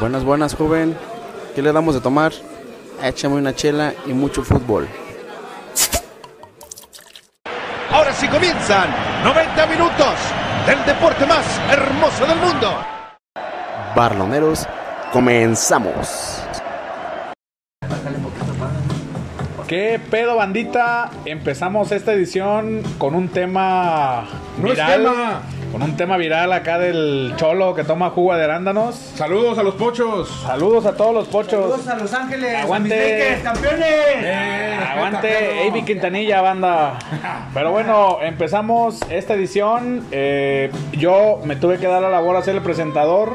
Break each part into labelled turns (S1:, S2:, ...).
S1: Buenas, buenas, joven. ¿Qué le damos de tomar? Échame una chela y mucho fútbol.
S2: Ahora sí comienzan 90 minutos del deporte más hermoso del mundo.
S1: Barloneros, comenzamos.
S3: ¿Qué pedo, bandita? Empezamos esta edición con un tema
S4: No es
S3: viral.
S4: tema.
S3: Con un tema viral acá del cholo que toma jugo de arándanos.
S4: Saludos a los pochos.
S3: Saludos a todos los pochos.
S5: a Los Ángeles.
S3: Aguante. mis Lakers,
S5: campeones.
S3: Eh,
S4: Ah,
S3: Aguante, Avi Quintanilla, banda. Pero bueno, empezamos esta edición. Eh, yo me tuve que dar la labor a ser el presentador.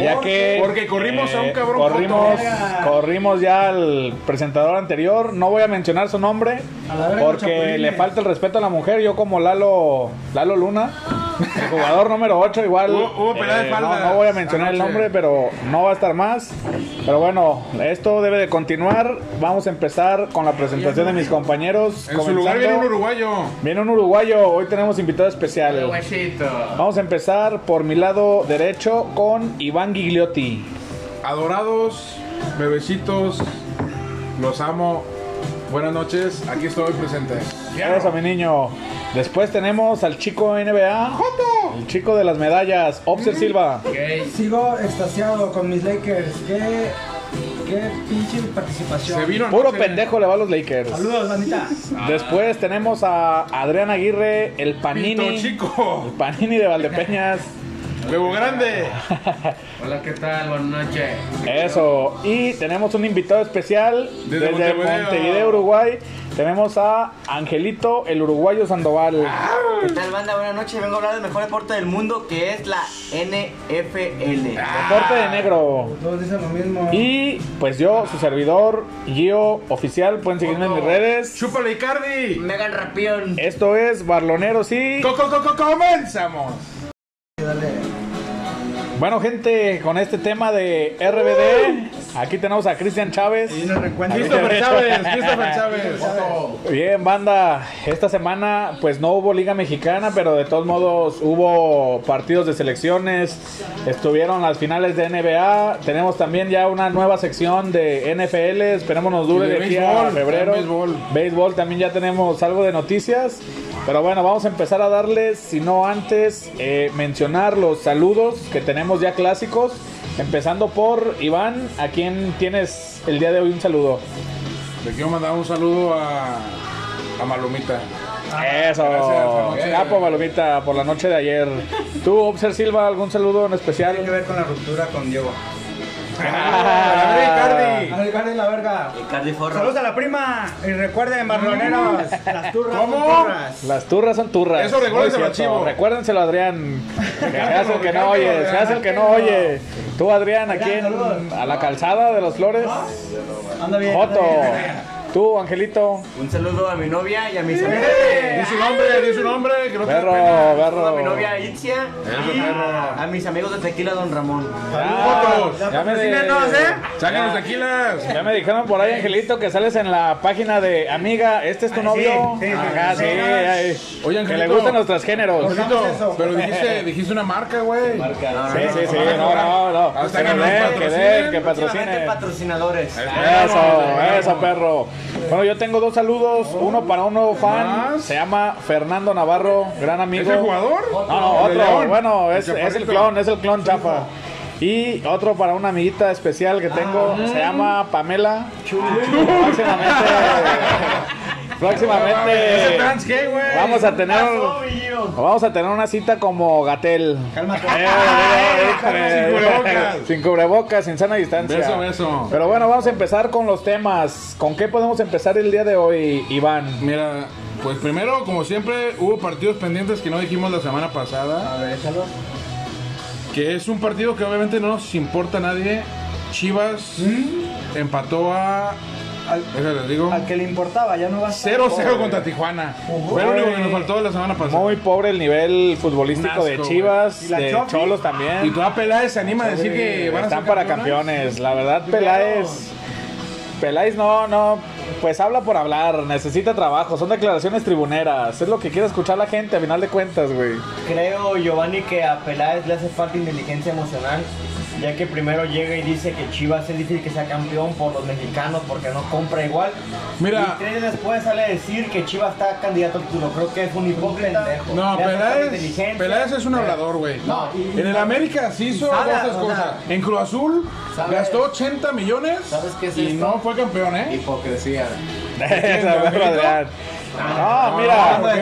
S3: Ya
S4: Porque-
S3: que. eh,
S4: porque corrimos a un cabrón
S3: Corrimos,
S5: joto.
S3: corrimos ya al presentador anterior. No voy a mencionar su nombre.
S5: A la verga,
S3: Porque
S5: chapulines.
S3: le falta el respeto a la mujer. Yo, como Lalo, Lalo Luna, el jugador número 8, igual. eh,
S4: Hubo- hubo pelea de
S3: no,
S4: faldas
S3: no voy a mencionar el
S4: anoche.
S3: nombre, pero no va a estar más. Pero bueno, esto debe de continuar. Vamos a empezar con la presentación de mis compañeros.
S4: En su lugar
S3: Comenzando-
S4: viene un uruguayo.
S3: Viene un uruguayo. Hoy tenemos invitado especial. Vamos a empezar por mi lado derecho con Iván Gigliotti.
S4: Adorados, bebecitos, los amo. Buenas noches, aquí estoy presente.
S3: Eso, mi niño. Después tenemos al chico NBA. El chico de las medallas,
S4: Mm.
S3: Obser Silva.
S5: Sigo extasiado con mis Lakers. Qué, qué pinche participación.
S4: Se vino
S3: Puro
S4: anoche.
S3: pendejo le va a los Lakers.
S5: Saludos, bandita.
S4: Ah.
S3: Después tenemos a Adrián Aguirre, el
S4: Pinto
S3: Panini.
S4: chico,
S3: El Panini de Valdepeñas.
S4: Bebo Grande.
S6: Hola, ¿qué tal? Buenas noches.
S3: Eso. Y tenemos un invitado especial desde,
S4: Desde
S3: Montevideo.
S4: Montevideo.
S3: Uruguay. Tenemos a Angelito, el uruguayo Sandoval.
S7: ¿Qué tal, banda? Buenas noches. Vengo a hablar del mejor deporte del mundo que es la NFL.
S3: Deporte de negro.
S5: Todos dicen lo mismo.
S3: Y pues yo, su servidor, Gio Oficial, pueden seguirme en mis redes.
S4: Chúpale Icardi.
S7: Mega rapión.
S3: Esto es Barloneros y...
S4: Co- co- co- co- comenzamos.
S3: Bueno, gente, con este tema de RBD, aquí tenemos a Cristian Chávez.
S5: Y nos reencuentran.
S4: Christopher Chávez, Christopher Chávez.
S3: Bien, banda, esta semana pues no hubo Liga Mexicana, pero de todos modos hubo partidos de selecciones, estuvieron las finales de NBA, tenemos también ya una nueva sección de NFL, esperemos nos dure
S4: Y
S3: de
S4: de
S3: aquí a
S4: béisbol,
S3: febrero.
S4: también béisbol.
S3: Béisbol, también ya tenemos algo de noticias, pero bueno, vamos a empezar a darles, si no antes, eh, mencionar los saludos que tenemos ya clásicos, empezando por Iván, a quien tienes el día de hoy un saludo.
S4: Le quiero mandar un saludo a, a Malumita.
S3: Eso.
S4: Gracias,
S3: Capo, Palomita, por la noche de ayer. ¿Tú, Obser Silva, algún saludo en
S5: Tiene que
S3: especial?
S5: ver con la ruptura con Diego.
S3: Ah.
S4: André Icardi.
S5: Arribarle la verga.
S7: Cardi Forro.
S5: Saludos a la prima. Y recuerden, marroneros. Las turras son
S4: ¿Cómo?
S5: turras.
S3: Las turras son turras.
S4: Eso recuérdenselo
S3: Muy cierto.
S4: al chivo.
S3: Recuérdenselo, Adrián. Que hace el que no
S4: recárgalo,
S3: oye, se hace el que no oye. Tú, Adrián, aquí en-
S5: saludos.
S3: a la calzada de los flores.
S5: Anda bien. anda
S3: Joto.
S5: bien.
S3: Tú, Angelito.
S7: Un saludo a mi novia y a mis amigos.
S5: Ah.
S4: Di su nombre, di su nombre, que no te dé
S3: Perro,
S4: pena.
S3: perro.
S7: Saludo a mi novia Itzia y a mis amigos de Tequila Don Ramón.
S3: Ah,
S4: Fotos.
S3: ya, me de-
S5: ¿eh?
S4: Saquen los tequilas.
S3: ya me dijeron por ahí, Angelito, que sales en la página de Amiga. ¿Este es tu novio?
S5: sí, sí,
S3: Ajá,
S5: sí.
S3: sí. ay.
S4: Oye,
S3: que le
S4: Angelito.
S3: gustan los transgéneros.
S4: Jorgito, pero dijiste, dijiste una marca, güey.
S3: Sí, sí, sí, no, no, no.
S4: Hasta
S3: que
S4: Eh, que
S3: nos
S4: nos
S3: den, que den,
S4: patrocinen, Eh.
S3: que
S7: Próximamente
S3: patrocinen.
S7: patrocinadores.
S3: Eso, eso, perro. Bueno, yo tengo dos saludos. Uno para un nuevo fan.
S4: ¿Más?
S3: Se llama Fernando Navarro, gran amigo.
S4: ¿Es el jugador?
S3: No, no,
S4: ¿El de
S3: otro.
S4: León?
S3: Bueno, es,
S4: chaparrito.
S3: es el clon, es el clon chafa. Y otro para una amiguita especial que tengo.
S4: Ah.
S3: Se llama Pamela. Próximamente.
S4: ¿Ese
S3: Próximamente.
S4: trans qué, güey?
S3: Vamos a tener vamos a tener una cita como Gatel.
S5: Cálmate.
S4: Eh, Sin cubrebocas.
S3: Sin cubrebocas, sin sana distancia.
S4: eh, Beso, beso.
S3: Pero bueno, vamos a empezar con los temas. ¿Con qué podemos empezar el día de hoy, Iván?
S4: Mira, pues primero, como siempre, hubo partidos pendientes que no dijimos la semana pasada.
S5: A ver, échalo.
S4: Que es un partido que obviamente no nos importa a nadie. Chivas empató a.
S5: Al-
S4: Déjale, les digo.
S5: Al que le importaba, ya no va a estar.
S4: 0-0 contra Tijuana. Fue lo único que nos faltó la semana pasada.
S3: Muy pobre el nivel futbolístico
S4: Un asco,
S3: de
S4: güey.
S3: Chivas,
S5: Y la
S3: de
S5: Chofi.
S3: Cholos
S4: Y
S3: también.
S4: toda Peláez se anima a decir que van a
S3: Están
S4: ser
S3: para
S4: campeones.
S3: campeones. La verdad, Peláez. Peláez no, no. pues habla por hablar, necesita trabajo, son declaraciones tribuneras, es lo que quiere escuchar la gente a final de cuentas, güey.
S7: Creo, Giovanni, que a Peláez le hace falta inteligencia emocional, ya que primero llega y dice que Chivas es difícil que sea campeón por los mexicanos porque no compra igual.
S4: Mira.
S7: Y tres días después sale a decir que Chivas está candidato al título. Creo que es un hipócrita.
S4: No,
S7: Le hace falta
S4: Peláez,
S7: inteligencia.
S4: Peláez es un hablador, güey. en el América sí hizo
S7: Sabe,
S4: esas
S7: o sea,
S4: cosas. En Cruz Azul
S2: sabe.
S4: gastó 80 millones
S2: ¿Sabes qué es
S4: y
S2: esto?
S4: no fue campeón, ¿eh?
S2: Hipocresía.
S3: Se va a cuadrar. No,
S4: no,
S3: mira.
S4: güey.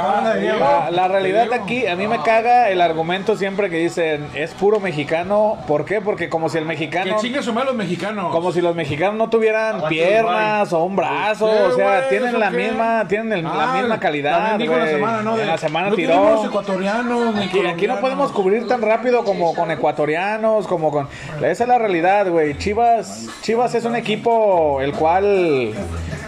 S4: Ah,
S3: La, la realidad
S4: Diego.
S3: aquí, a mí me caga el argumento siempre que dicen es puro mexicano. ¿Por qué? Porque como si el
S4: Que
S3: mexicano,
S4: chingue su madre los mexicanos.
S3: como si los mexicanos no tuvieran piernas o un brazo,
S4: ¿Qué,
S3: o sea,
S4: Eh, güey?
S3: tienen
S4: ¿Eso
S3: la
S4: qué?
S3: misma, tienen el- la
S4: Ah,
S3: misma calidad.
S4: También dijo la
S3: güey.
S4: semana, ¿no? De-
S3: En la semana
S4: no
S3: tiró.
S4: tenemos ecuatorianos ni
S3: Aquí, aquí no
S4: colombianos.
S3: podemos cubrir tan rápido como con ecuatorianos, como con... Esa es la realidad, güey. Chivas, Chivas es un equipo el cual...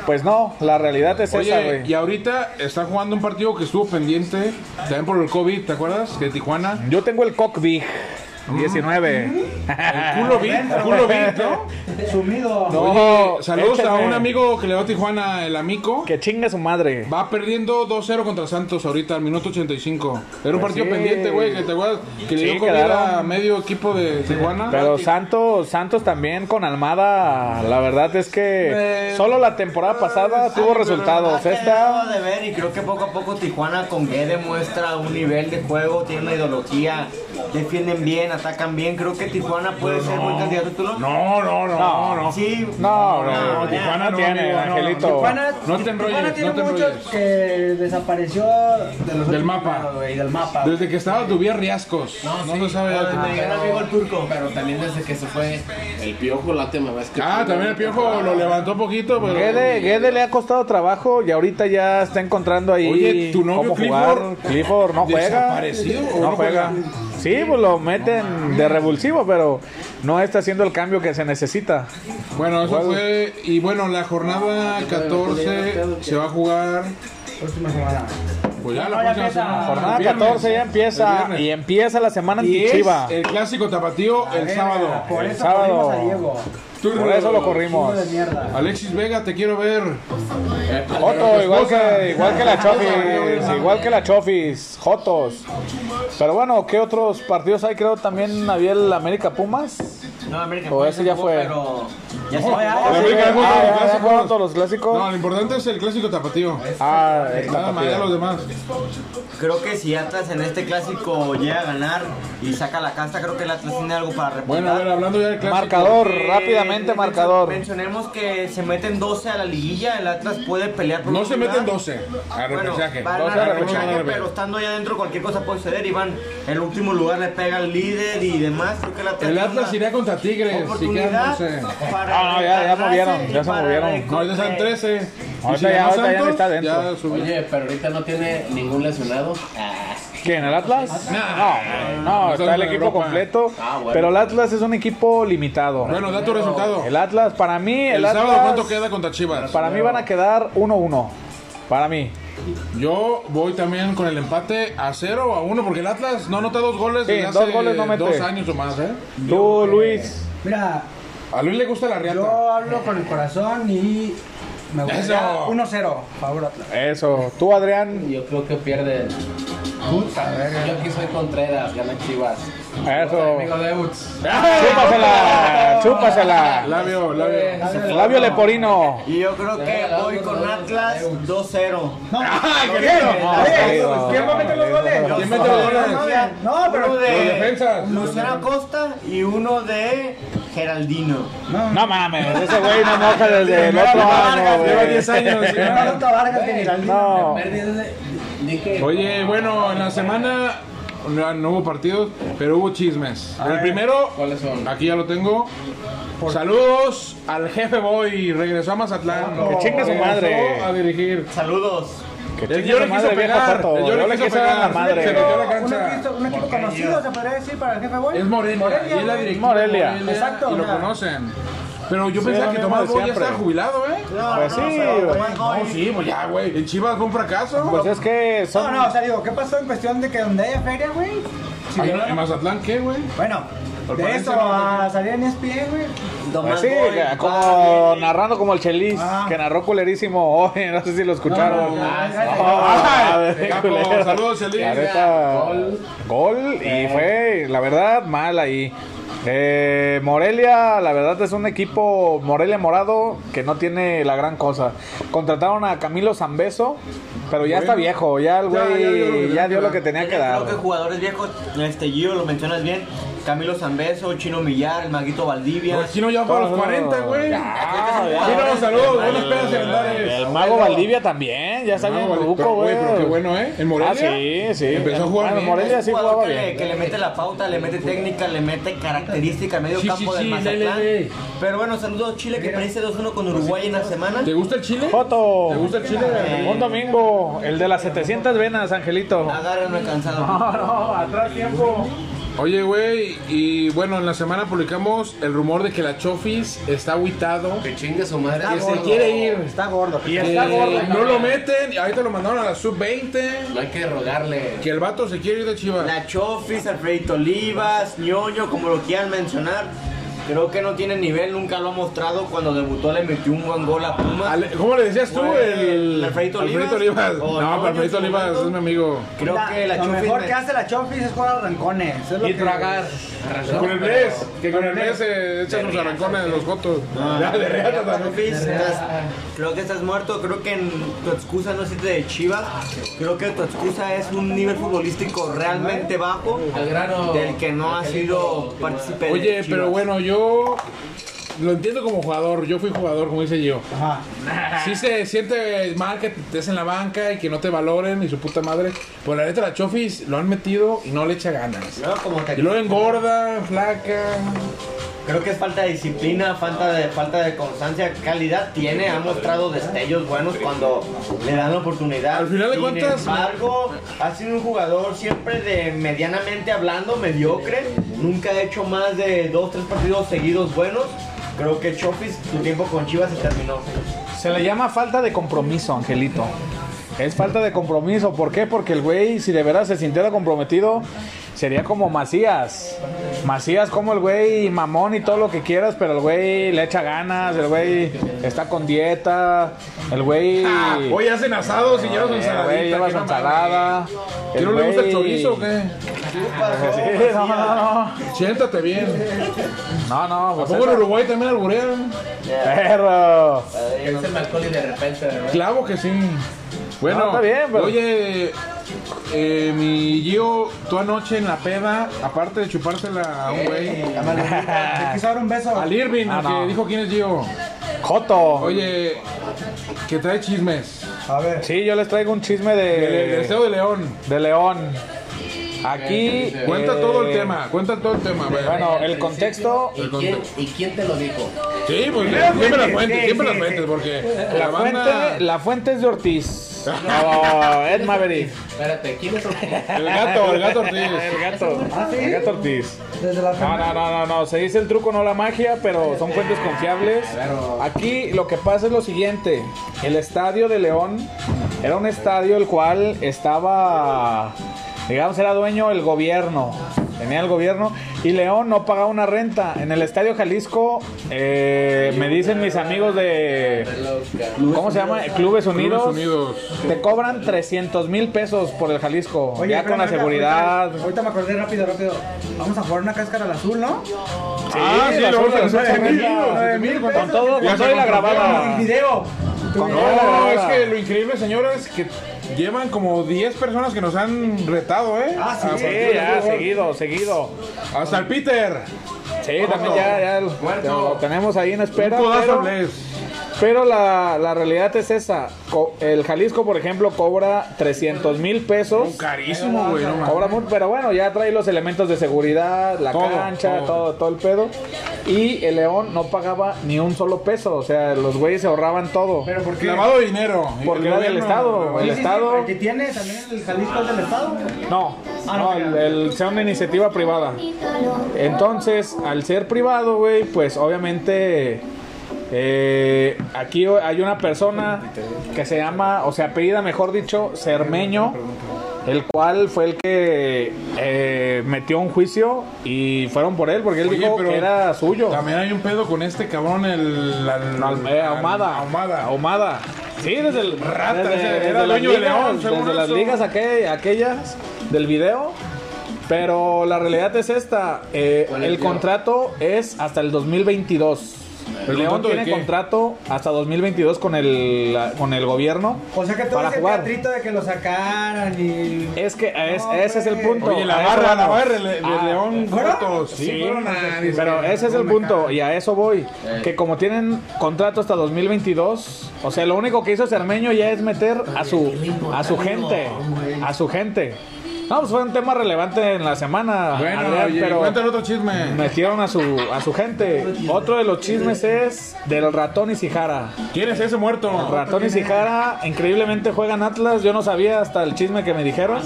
S3: Pues no, la realidad es esa,
S4: Oye, y
S3: güey.
S4: ahorita está jugando un partido que estuvo pendiente también por el COVID, ¿te acuerdas? De Tijuana.
S3: Yo tengo el Cock Big 19. Ah,
S4: Culo Big, culo Big, ¿no?
S5: Sumido.
S3: No,
S4: Oye, saludos a
S3: échale.
S4: un amigo que le va a Tijuana, el amigo.
S3: Que chinga su madre.
S4: Va perdiendo 2-0 contra Santos ahorita al minuto 85. Era un
S3: Pues
S4: partido
S3: sí.
S4: pendiente, güey, que te acuerdas que le
S3: Sí,
S4: dio comida a
S3: quedaron.
S4: medio equipo de Tijuana.
S3: Pero Santos, Santos también con Almada, la verdad es que
S4: Eh,
S3: solo la temporada pasada tuvo resultados.
S7: Ha quedado
S3: Esta...
S7: de ver y creo que poco a poco Tijuana con G demuestra un nivel de juego, tiene una ideología, defienden bien, atacan bien. Creo que Tijuana puede ser buen candidato a título.
S4: No, no, no, no.
S3: No.
S4: no.
S7: Sí,
S3: No,
S7: No,
S3: no,
S7: no,
S3: Tijuana
S4: no,
S3: tiene,
S4: amigo, no,
S3: Angelito.
S5: Tijuana,
S4: No te
S5: Tijuana
S4: enrolles,
S5: tiene
S4: no te
S5: mucho
S4: enrolles.
S5: que desapareció de los
S4: Del
S5: últimos
S4: mapa.
S5: números, güey, del mapa.
S4: Desde que estaba Dubía Riascos. No, se sabe.
S7: Donde me llega Ah, el amigo el turco.
S2: Pero también desde que se fue el piojo, la te me ves que.
S4: Ah, también el Piojo lo levantó poquito, pero...
S3: Gede, Gede le ha costado trabajo y ahorita ya está encontrando ahí
S4: Oye, ¿tu novio
S3: cómo
S4: Clifford?
S3: jugar. Clifford no juega.
S4: ¿Desaparecido o no juega?
S3: Sí, pues lo meten de revulsivo, pero no está haciendo el cambio que se necesita.
S4: Bueno, eso fue... Y bueno, la jornada 14 se va a jugar...
S5: Próxima semana.
S4: Pues ya la próxima semana.
S3: Jornada
S4: El viernes.
S3: 14 ya
S4: El
S3: empieza
S4: viernes.
S3: y empieza la semana
S4: Y
S3: antichiva.
S4: es el clásico tapatío el sábado.
S5: Por eso
S3: sábado.
S5: corrimos a Diego.
S3: Por eso lo corrimos.
S5: Hijo de mierda.
S4: Alexis Vega, te quiero ver.
S3: Joto, igual que, igual que la Chofis, igual que la Chofis, Jotos. Pero bueno, ¿qué otros partidos hay? Creo también había el América Pumas.
S7: No, América.
S3: O ese ya fue.
S7: Pero ya se
S4: No,
S7: fue.
S4: el
S7: Ah,
S4: América
S3: Ah,
S4: ya jugó todos los
S3: ya, ya
S4: clásicos.
S3: jugaron todos los clásicos.
S4: No, lo importante es el clásico tapatío.
S3: Ah, el
S4: Nada más ya
S3: tapatío.
S4: los demás.
S7: Creo que si Atlas en este clásico llega a ganar y saca la casta, creo que el Atlas tiene algo para repuntar.
S4: Bueno, a ver, hablando ya del clásico.
S3: Marcador,
S7: Eh,
S3: rápidamente
S7: mencio-
S3: marcador.
S7: Mencionemos que se meten 12 a la liguilla, el Atlas puede pelear por
S4: No
S7: un
S4: se
S7: lugar.
S4: meten 12 a
S7: Bueno,
S4: repechaje.
S7: van
S4: 12
S7: a
S4: a
S7: repechaje,
S4: repechaje.
S7: pero estando allá adentro cualquier cosa puede suceder. Iván, el último lugar le pega al líder y demás. Creo que el Atlas,
S4: El
S7: tiene
S4: Atlas
S7: una
S4: irá contra Tigres. Si quedan
S7: oportunidad
S4: 12.
S7: para
S3: No, no, ya- ya
S7: retardarse
S3: movieron, ya
S7: y
S3: se
S7: para
S3: movieron.
S4: No, ahorita están
S7: reconstruir.
S4: 13.
S3: Ahorita
S4: Y si
S3: ya-
S4: ganó
S3: ahorita ya
S4: Santos,
S3: está dentro.
S4: ya subió.
S2: Oye, pero ahorita no tiene ningún lesionado. Ah,
S3: ¿Quién? ¿El Atlas? No,
S4: No
S3: no, está
S4: estamos
S3: el
S4: en
S3: equipo
S4: Europa.
S3: completo.
S2: Ah, bueno.
S3: Pero el Atlas es un equipo limitado.
S4: Bueno, da tu resultado.
S3: El Atlas, para mí,
S4: El
S3: el, Atlas.
S4: sábado, ¿cuánto queda contra Chivas?
S3: Para mí van a quedar 1-1. Para mí.
S4: Yo voy también con el empate a 0 o a 1, porque el Atlas no anota dos goles
S3: Sí,
S4: desde
S3: dos
S4: hace
S3: goles no mete.
S4: dos años o más, ¿eh?
S3: Tú, Luis.
S5: Mira,
S4: A Luis le gusta la riata.
S5: yo hablo con el corazón y me gustaría
S4: Eso.
S5: 1-0. Favor Atlas.
S3: Eso. Tú, Adrián.
S2: yo creo que pierde.
S5: Puta verga.
S2: Yo aquí soy Contreras, gana Chivas.
S3: Eso.
S2: Amigo de Uts.
S3: Chúpasela. Chúpasela.
S4: Labio,
S3: Eh.
S4: labio.
S3: Flavio Leporino.
S7: Y yo creo que voy con Atlas 2-0.
S4: ¡Ah, querido!
S3: Ah, querido.
S5: ¿Quién va a meter los goles?
S4: ¿Quién mete los goles?
S5: No,
S7: Uno
S5: pero.
S4: Los
S7: de
S4: defensas.
S7: Luciano Costa y uno de Geraldino.
S3: No mames, ese güey no moja desde el otro año.
S4: Lleva
S3: güey.
S4: 10 años. ¿eh? sí.
S5: No, no, Vargas que ni la
S3: No.
S2: Dije.
S4: Oye, bueno, en la semana no, no hubo partidos, pero hubo chismes. el primero,
S2: ¿Cuáles son?
S4: aquí ya lo tengo. Saludos al jefe Boy, regresó a Mazatlán.
S3: Que chingue su
S4: Regresó
S3: madre.
S4: a dirigir.
S7: Saludos.
S3: Que
S4: El
S3: chingue
S4: yo le
S3: su madre,
S4: quiso
S3: viejo
S4: pegar.
S3: joto.
S4: El yo le quiso
S3: dar
S4: pegar.
S3: la madre.
S4: Se metió a la cancha.
S5: Un equipo conocido, se podría decir, para el jefe, güey.
S4: Es Morelia, y es la
S5: güey.
S4: directiva
S3: Morelia.
S4: de
S5: Exacto,
S4: Y lo
S5: o sea.
S4: conocen. Pero yo
S3: Sí,
S4: pensaba
S3: lo
S4: que
S3: mismo
S4: Tomás
S3: de
S4: Boy ya
S3: siempre.
S4: está jubilado, ¿eh.
S3: Pues sí, güey.
S4: No, sí, pues ya, güey. En Chivas fue un fracaso.
S3: Pues es que
S5: No,
S3: son.
S5: no, o sea, digo, ¿qué pasó en cuestión de que donde haya feria, güey? Si
S4: Ay,
S5: yo-
S4: ¿En Mazatlán qué, güey?
S5: Bueno,
S4: Al
S5: De
S4: parecer
S5: eso
S4: no,
S5: a salir en E ESPN, güey.
S3: Pues
S8: Domás
S3: sí,
S8: gol,
S3: que-
S8: va,
S3: como
S8: viene.
S3: narrando como el Chelis,
S5: Ah.
S3: que narró culerísimo hoy, no sé si lo escucharon.
S5: No, no,
S3: Ah,
S5: no,
S3: no, a ver,
S4: Capo,
S3: culero.
S4: saludos, Chelis.
S3: La neta,
S9: Gol.
S3: Gol y fue, la verdad, mal ahí. Eh, Morelia, la verdad es un equipo Morelia Morado que no tiene la gran cosa. Contrataron a Camilo Zambeso, pero ya está viejo, ya el
S4: Ya, ya dio lo que
S3: güey ya
S4: tenía
S3: dio lo
S4: que
S3: que tenía que
S7: Tiene,
S3: dar.
S7: Creo que jugadores viejos, este Gio lo mencionas bien, Camilo Zambeso, Chino Millar, el Maguito Valdivia.
S4: Pues Chino ya para los 40, güey.
S3: Ah, ya.
S4: Chino, saludos, buenas pedas
S3: El
S4: celulares.
S3: mago Valdivia también, ya está bien ruco, güey.
S4: Ah, Pero qué bueno, ¿eh? En
S3: Ah,
S4: Morelia.
S3: sí, sí.
S4: Empezó a jugar
S3: Bueno,
S4: bien.
S3: Morelia
S7: Es
S3: sí
S7: un jugador
S3: jugaba
S7: que,
S3: bien.
S7: Le, que le mete la pauta, le mete técnica, le mete característica al medio
S4: Sí,
S7: campo
S4: sí,
S7: del
S4: sí,
S7: Mazatlán.
S4: le, le.
S7: Pero bueno, saludos Chile que parece 2-1 con Uruguay en la semana.
S4: ¿Te gusta el chile?
S3: Joto.
S4: ¿Te gusta el chile?
S3: Un domingo, el de las 700 venas, Angelito.
S7: Agárrenme cansado.
S3: No, no, atrás tiempo.
S4: Oye, güey, y bueno, en la semana publicamos el rumor de que la Chofis está agüitado.
S9: Que chingue su madre.
S4: Que
S9: Que
S4: se quiere ir.
S5: Está gordo.
S3: Y está
S4: Eh,
S3: gordo.
S4: No lo meten. y Ahorita lo mandaron a la sub-20.
S9: No hay que rogarle.
S4: Que el vato se quiere ir de Chivas.
S7: La Chofis, Alfredito Olivas, Ñoño, como lo quieran mencionar. Creo que no tiene nivel, nunca lo ha mostrado. Cuando debutó le metió un buen gol a Pumas.
S4: Ale- ¿Cómo le decías tú?
S7: Fue
S4: El
S7: el Alfredito Olivas.
S4: Olivas. No,
S7: O no,
S4: pero
S7: en su
S4: Alfredito Olivas
S7: momento.
S4: es mi amigo.
S7: Creo que la
S5: lo
S7: Chofis...
S5: mejor
S7: me-
S5: que hace la Chofis es jugar a rancones. eso es lo
S3: Y
S5: que-
S3: tragar.
S4: Con el Bless, que con
S5: Con
S4: el
S5: el
S4: Bless se echan los arrancones de los gotos. Ya, de reata
S7: Ya,
S4: también.
S7: Chofis, estás- Creo que estás muerto, creo que en- tu excusa no es irte de Chivas, creo que tu excusa es un nivel futbolístico realmente bajo
S9: Al grano.
S7: del que no ha sido partícipe. de
S4: Oye,
S7: Chivas.
S4: pero bueno, yo lo entiendo como jugador. Yo fui jugador, como dice yo.
S5: Ajá.
S4: Sí se siente mal que te estés en la banca y que no te valoren y su puta madre. Pero la neta, la Chofis lo han metido y no le echa ganas.
S7: No, como te-
S4: Y luego engorda, flaca.
S7: Creo que es falta de disciplina, falta de, falta de constancia, calidad tiene, ha mostrado destellos buenos cuando le dan la oportunidad.
S4: Al final de
S7: Sin
S4: cuentas-
S7: embargo, ha sido un jugador siempre de medianamente hablando, mediocre. Nunca ha hecho más de dos, tres partidos seguidos buenos. Creo que Chofis, su tiempo con Chivas se terminó.
S3: Se le llama falta de compromiso, Angelito. Es falta de compromiso. ¿Por qué? Porque el güey, si de verdad se sintiera comprometido, sería como Macías. Macías como el güey mamón y todo lo que quieras, pero el güey le echa ganas, el güey está con dieta, el güey...
S4: Ah, hoy hacen asados y llevas
S3: el Eh, güey
S4: ensaladita.
S3: lleva
S4: qué
S3: su
S4: mamada.
S3: ensalada.
S4: ¿Que no le gusta el
S3: güey-
S4: chorizo o qué?
S3: Sí, no, no, no.
S4: Siéntate bien.
S3: No, no,
S4: ¿A
S3: pues
S4: poco en
S3: esa-
S4: Uruguay también alburean?
S3: Perro.
S9: Es el alcohol y de repente, ¿verdad?
S4: Claro que sí. Bueno,
S3: No, está bien, pero-
S4: oye, eh, mi Gio, tú anoche en la peda, aparte de chupársela a un güey,
S5: Te quiso dar un beso.
S4: al Irving,
S3: Ah,
S4: al que
S3: no.
S4: dijo quién es Gio.
S3: Joto.
S4: Oye, que trae chismes.
S5: A ver.
S3: Sí, yo les traigo un chisme
S4: El el
S3: de,
S4: deseo de León.
S3: de León. Aquí.
S4: Cuenta
S3: eh,
S4: todo el tema, cuenta todo el tema. güey.
S3: Bueno, el contexto.
S9: ¿Y quién, ¿Y quién te lo dijo?
S4: Sí, pues siempre las fuentes,
S5: sí,
S4: siempre
S5: sí,
S4: las fuentes, porque
S3: La
S4: la banda,
S3: fuente, la fuente es de Ortiz. No, Ed Maverick.
S9: Espérate, ¿quién es el
S4: el gato, el gato Ortiz.
S3: El gato. Ah, El gato Ortiz.
S5: Desde la
S3: No,
S5: primera-
S3: no, no, no, no, se dice el truco, no la magia, pero son fuentes confiables.
S5: oh.
S3: Aquí lo que pasa es lo siguiente, el estadio de León era un estadio el cual estaba, digamos, era dueño el gobierno, tenía el gobierno, y León no pagaba una renta. En el estadio Jalisco, eh, me dicen mis amigos de, ¿cómo se llama? Clubes Unidos.
S4: Clubes Unidos.
S3: Te cobran 300 mil pesos por el Jalisco,
S5: Oye,
S3: ya
S5: espérame,
S3: con la
S5: ahorita-
S3: seguridad.
S5: Ahorita, ahorita me acordé rápido, rápido. Vamos a jugar una cáscara al azul, ¿no?
S4: Ah, sí,
S3: las
S4: lo vamos a
S3: otras
S4: hacer
S3: son
S4: aquí,
S3: vendidas.
S4: los siete mil,
S5: mil
S4: con
S5: pesos.
S3: Con todo,
S4: Ya
S3: con todo y la
S4: se compró.
S5: El
S3: grabada.
S5: video.
S3: Con todo y
S4: No,
S3: la
S4: es
S3: grabada.
S4: que lo increíble, señores, es que llevan como 10 personas que nos han retado, ¿eh?
S5: Ah, sí,
S4: A
S3: Sí,
S4: partir de
S3: ya,
S4: fútbol.
S3: seguido, seguido.
S4: Hasta el Peter.
S3: Sí, también ya, ya lo, lo tenemos ahí en espera.
S4: un codazo
S3: Pero,
S4: a Blaze.
S3: pero la, la realidad es esa. Co- El Jalisco, por ejemplo, cobra 300 mil pesos.
S4: Carísimo, güey, no mames.
S3: Cobra mucho, pero bueno, ya trae los elementos de seguridad, la
S4: Todo,
S3: cancha,
S4: todo.
S3: todo. todo, el pedo. Y el León no pagaba ni un solo peso. O sea, los güeyes se ahorraban todo.
S5: Pero ¿por qué?
S4: Lavado de dinero.
S3: Porque era del
S4: gobierno-
S3: Estado,
S5: Sí,
S3: el
S5: sí, sí,
S3: Estado.
S5: el que tiene también el Jalisco es del Estado.
S3: No,
S4: Ah,
S3: no, el, el- sea una iniciativa privada. Entonces, al ser privado, güey, pues obviamente eh, aquí hay una persona que se llama, o sea, apellida, mejor dicho, Cermeño. el cual fue el que eh, metió un juicio y fueron por él porque él
S4: Oye,
S3: dijo
S4: pero
S3: que era suyo.
S4: También hay un pedo con este cabrón, el. al-
S3: Al- eh, Ahumada.
S4: al- Ahumada.
S3: Ahumada. Sí, desde el
S4: Rata, ese era
S3: las
S4: dueño de León,
S3: desde
S4: según
S3: las
S4: eso.
S3: ligas aquel- aquellas del video. Pero la realidad es esta, eh,
S6: ¿Cuál es
S3: el
S6: el video?
S3: contrato es hasta el 2022.
S4: ¿El
S3: León
S4: contrato de
S3: tiene
S4: qué?
S3: contrato hasta 2022 con el la- con el gobierno
S5: O sea que todo
S3: para
S5: ese
S3: jugar. Eh,
S5: teatrito de que lo sacaran y.
S3: Es que es-
S5: No,
S3: ese es el
S5: hombre.
S3: punto.
S4: Oye, la
S3: A eso
S4: barra, la
S3: vamos.
S4: barra, el, el
S3: Ah,
S4: León
S5: ¿fueron?
S4: Fotos.
S3: Sí,
S4: fueron a-
S3: Pero ese es el
S4: me
S3: punto,
S4: cago.
S3: y a eso voy.
S4: Eh.
S3: Que como tienen contrato hasta 2022, o sea, lo único que hizo Cermeño ya es meter a su, a su gente. A su gente. No, pues fue un tema relevante en la semana.
S4: Bueno,
S3: Adrián,
S4: oye,
S3: pero
S4: cuéntale otro chisme.
S3: metieron a su, a su gente. Otro de los chismes es del ratón y Cijara.
S4: ¿Quién es ese muerto?
S3: Ratón y Cijara increíblemente juegan Atlas. Yo no sabía hasta el chisme que me dijeron.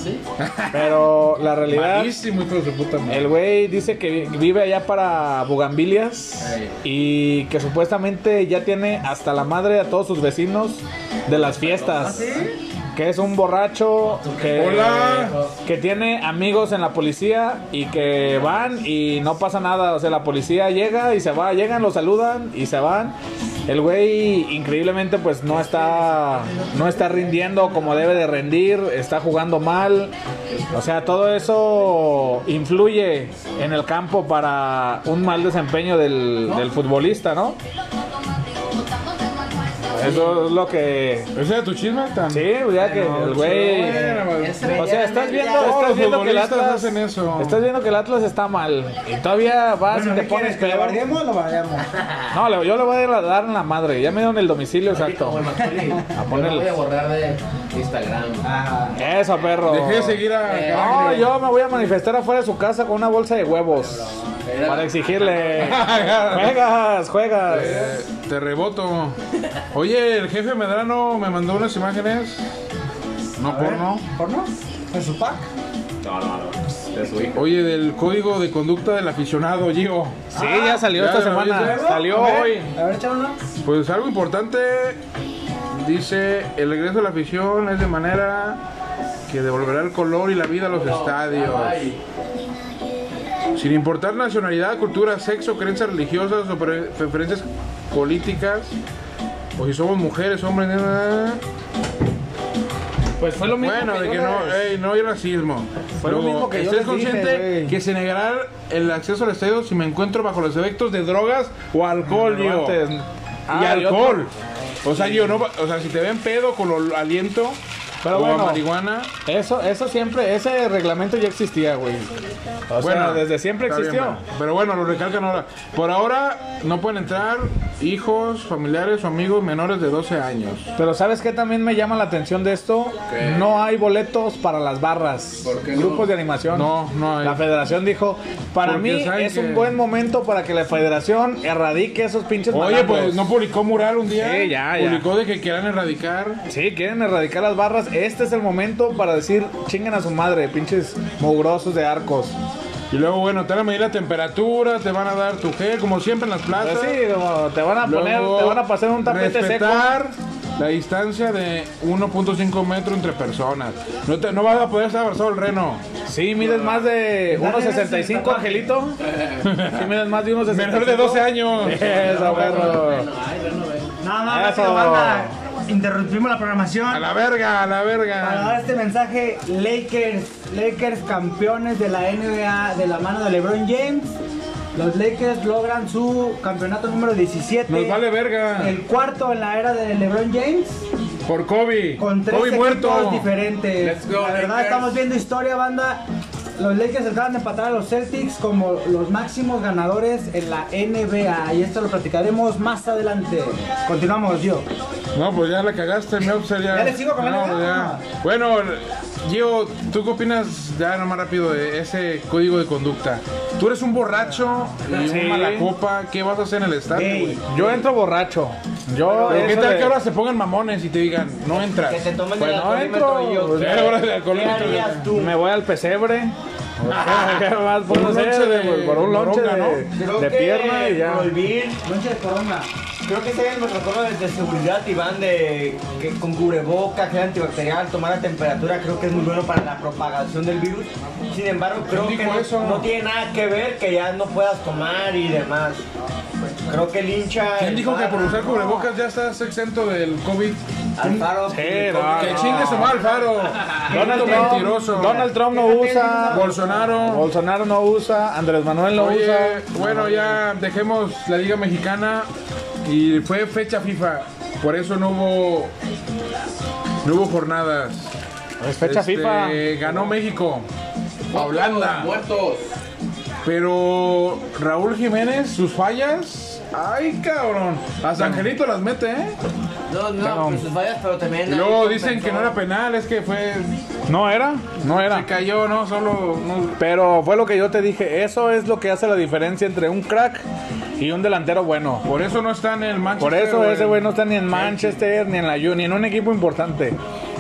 S3: Pero la realidad
S4: ¿Ah, Malísimo, hijo de su puta madre.
S3: el güey dice que vi- vive allá para Bugambilias y que supuestamente ya tiene hasta la madre a todos sus vecinos de las fiestas. Que es un borracho que,
S4: Hola.
S3: que tiene amigos en la policía y que van y no pasa nada. O sea, la policía llega y se va, llegan, lo saludan y se van. El güey increíblemente pues no está no está rindiendo como debe de rendir, está jugando mal. O sea, todo eso influye en el campo para un mal desempeño del, del futbolista, ¿no? Eso es lo que...
S4: ¿Ese era tu chisme? Tan...
S3: Sí, ya que el güey... O sea, estás viendo,
S4: Todos
S3: estás
S4: los
S3: viendo que el
S4: futbolistas
S3: Atlas
S4: hacen eso.
S3: Estás viendo que el Atlas está mal y todavía vas
S5: Bueno,
S3: y te
S5: ¿qué
S3: pones
S5: quieres, que lo
S3: peor.
S5: bardeemos o lo bardeemos?
S3: No, le- yo le voy a ir a dar en la madre. Ya me dieron el domicilio exacto.
S6: Como el Macaulay. Yo
S3: ponerlo.
S6: lo voy a borrar de Instagram.
S3: Eso, perro.
S4: Dejé de seguir a.
S3: No, yo me voy a manifestar afuera de su casa con una bolsa de huevos.
S6: Era-
S3: Para exigirle. Juegas, juegas.
S4: Eh, Te reboto. Oye, el jefe Medrano me mandó unas imágenes. No porno.
S5: ¿Porno? ¿En su pack?
S6: No, no, no. De su hijo.
S4: Oye, del código de conducta del aficionado, Gio.
S3: Sí, ya salió
S4: ya
S3: esta
S4: lo
S3: semana.
S4: viste.
S3: Salió
S5: A ver,
S3: hoy.
S5: A ver, échale una.
S4: Pues algo importante. Dice: el regreso a la afición es de manera que devolverá el color y la vida a los estadios. Sin importar nacionalidad, cultura, sexo, creencias religiosas o pre- preferencias políticas. O si somos mujeres, hombres, nada.
S3: Pues fue lo
S4: Bueno, de que no, eh, ey, no hay racismo.
S3: Fue lo
S4: Luego,
S3: mismo que yo les
S4: ¿Estés
S3: dije,
S4: consciente
S3: güey.
S4: que se negará el acceso al estadio si me encuentro bajo los efectos de drogas o alcohol, digo?
S3: Antes-
S4: y
S3: Ah, otro.
S4: alcohol. O sea, yo no, o sea, si te ven pedo con ol- aliento
S3: Pero
S4: o a
S3: bueno.
S4: marihuana,
S3: Eso, eso siempre, ese reglamento ya existía, güey. O sea, desde siempre
S4: está bien,
S3: existió.
S4: bueno. pero bueno, lo recalcan ahora. Por ahora no pueden entrar hijos, familiares o amigos menores de 12 años.
S3: Pero ¿sabes qué también me llama la atención de esto? No hay boletos para las barras,
S6: ¿Por qué no?
S3: grupos de animación.
S4: No, no hay.
S3: La federación dijo, para
S4: Porque
S3: mí
S4: saben
S3: es
S4: que-
S3: un buen momento para que la federación erradique esos pinches
S4: Oye,
S3: malandros".
S4: pues no publicó mural un día.
S3: Sí, ya, ya.
S4: publicó de que quieran erradicar.
S3: Sí, quieren erradicar las barras. Este es el momento para decir, chingan a su madre, pinches mugrosos de arcos.
S4: Y luego, bueno, te van a medir la temperatura, te van a dar tu gel, como siempre en las
S3: Pues
S4: plazas.
S3: sí, como te van a poner,
S4: Luego,
S3: te van a pasar un tapete seco.
S4: respetar la distancia de 1.5 metros entre personas. No, te, no vas a poder estar abrazado el reno.
S3: Sí, mides más de 1.65, Angelito. Sí, mides más de 1.65.
S4: Menor de 12 años.
S3: Eso, perro.
S5: No, no, gracias,
S3: Eso.
S5: banda. Interrumpimos la
S4: A
S5: programación
S4: la verga, a la
S5: para
S4: verga.
S5: dar este mensaje. Lakers, Lakers campeones de la NBA de la mano de LeBron James. Los Lakers logran su campeonato número 17.
S4: Nos vale verga.
S5: El cuarto en la era de LeBron James.
S4: Por Kobe.
S5: Con tres
S4: Kobe
S5: equipos
S4: muerto.
S5: diferentes.
S6: Let's go,
S5: la verdad,
S6: Lakers.
S5: estamos viendo historia, banda. Los Lakers acaban de empatar a los Celtics como los máximos ganadores en la NBA. Y esto lo platicaremos más adelante. Continuamos, yo.
S4: No, pues ya la cagaste, mi upset ya.
S5: ¿Ya le sigo con la
S4: No, pues
S5: verga?
S4: ya. Bueno, Gio, ¿tú qué opinas ya nomás rápido de ese código de conducta? Tú eres un borracho y
S3: Sí.
S4: un mala copa, ¿qué vas a hacer en el estadio,
S5: Ey,
S4: güey?
S3: Yo entro borracho. Yo
S4: Pero ¿Qué
S3: eso
S4: tal
S3: de-
S4: que ahora se pongan mamones y te digan, no entras?
S7: Que te tomen
S4: Pues
S7: el
S4: no
S7: alcoholímetro
S4: entro.
S7: y yo.
S4: Pues ya, ahora el alcoholímetro.
S7: ¿Qué harías tú?
S3: me voy al pesebre. O sea, ¿Qué más
S4: Por un
S3: puedo hacer?
S4: lonche de-
S3: Por un lonche
S4: moronga,
S3: de,
S4: ¿no?
S3: de pierna y ya.
S7: Prohibir
S5: Noche de corona.
S7: Creo que siguen los protocolos de seguridad, Iván, de que con cubreboca, gel antibacterial, tomar la temperatura, creo que es muy bueno para la propagación del virus. Sin embargo, creo que
S4: dijo
S7: no,
S4: eso?
S7: no tiene nada que ver que ya no puedas tomar y demás. Creo que el hincha...
S4: ¿Quién
S7: el
S4: dijo que
S7: bar-
S4: por usar cubrebocas ya estás exento del COVID?
S7: Alfaro... publicó
S3: no,
S4: Que chingue su mal, Faro.
S3: Donald Trump,
S4: mentiroso.
S3: Donald Trump no usa.
S4: Bolsonaro.
S3: Bolsonaro no usa. Andrés Manuel no
S4: Oye,
S3: usa.
S4: bueno, ya dejemos la Liga Mexicana y fue fecha FIFA. Por eso no hubo no hubo jornadas.
S3: Es fecha
S4: Este,
S3: FIFA.
S4: Ganó México. A Holanda.
S6: Muertos.
S4: Pero Raúl Jiménez, sus fallas. Ay, cabrón. Hasta Angelito las mete, ¿eh?
S10: No, no, pues sus fallas, pero también.
S4: Y luego dicen que no era penal, es que fue.
S3: No era, no
S4: Se
S3: era.
S4: cayó, ¿no? Solo. no-
S3: Pero fue lo que yo te dije. Eso es lo que hace la diferencia entre un crack y un delantero bueno.
S4: Por eso no está en el Manchester.
S3: Por eso
S4: Este güey.
S3: ese güey no está ni en Manchester, ni en la Ju, ni en un equipo importante.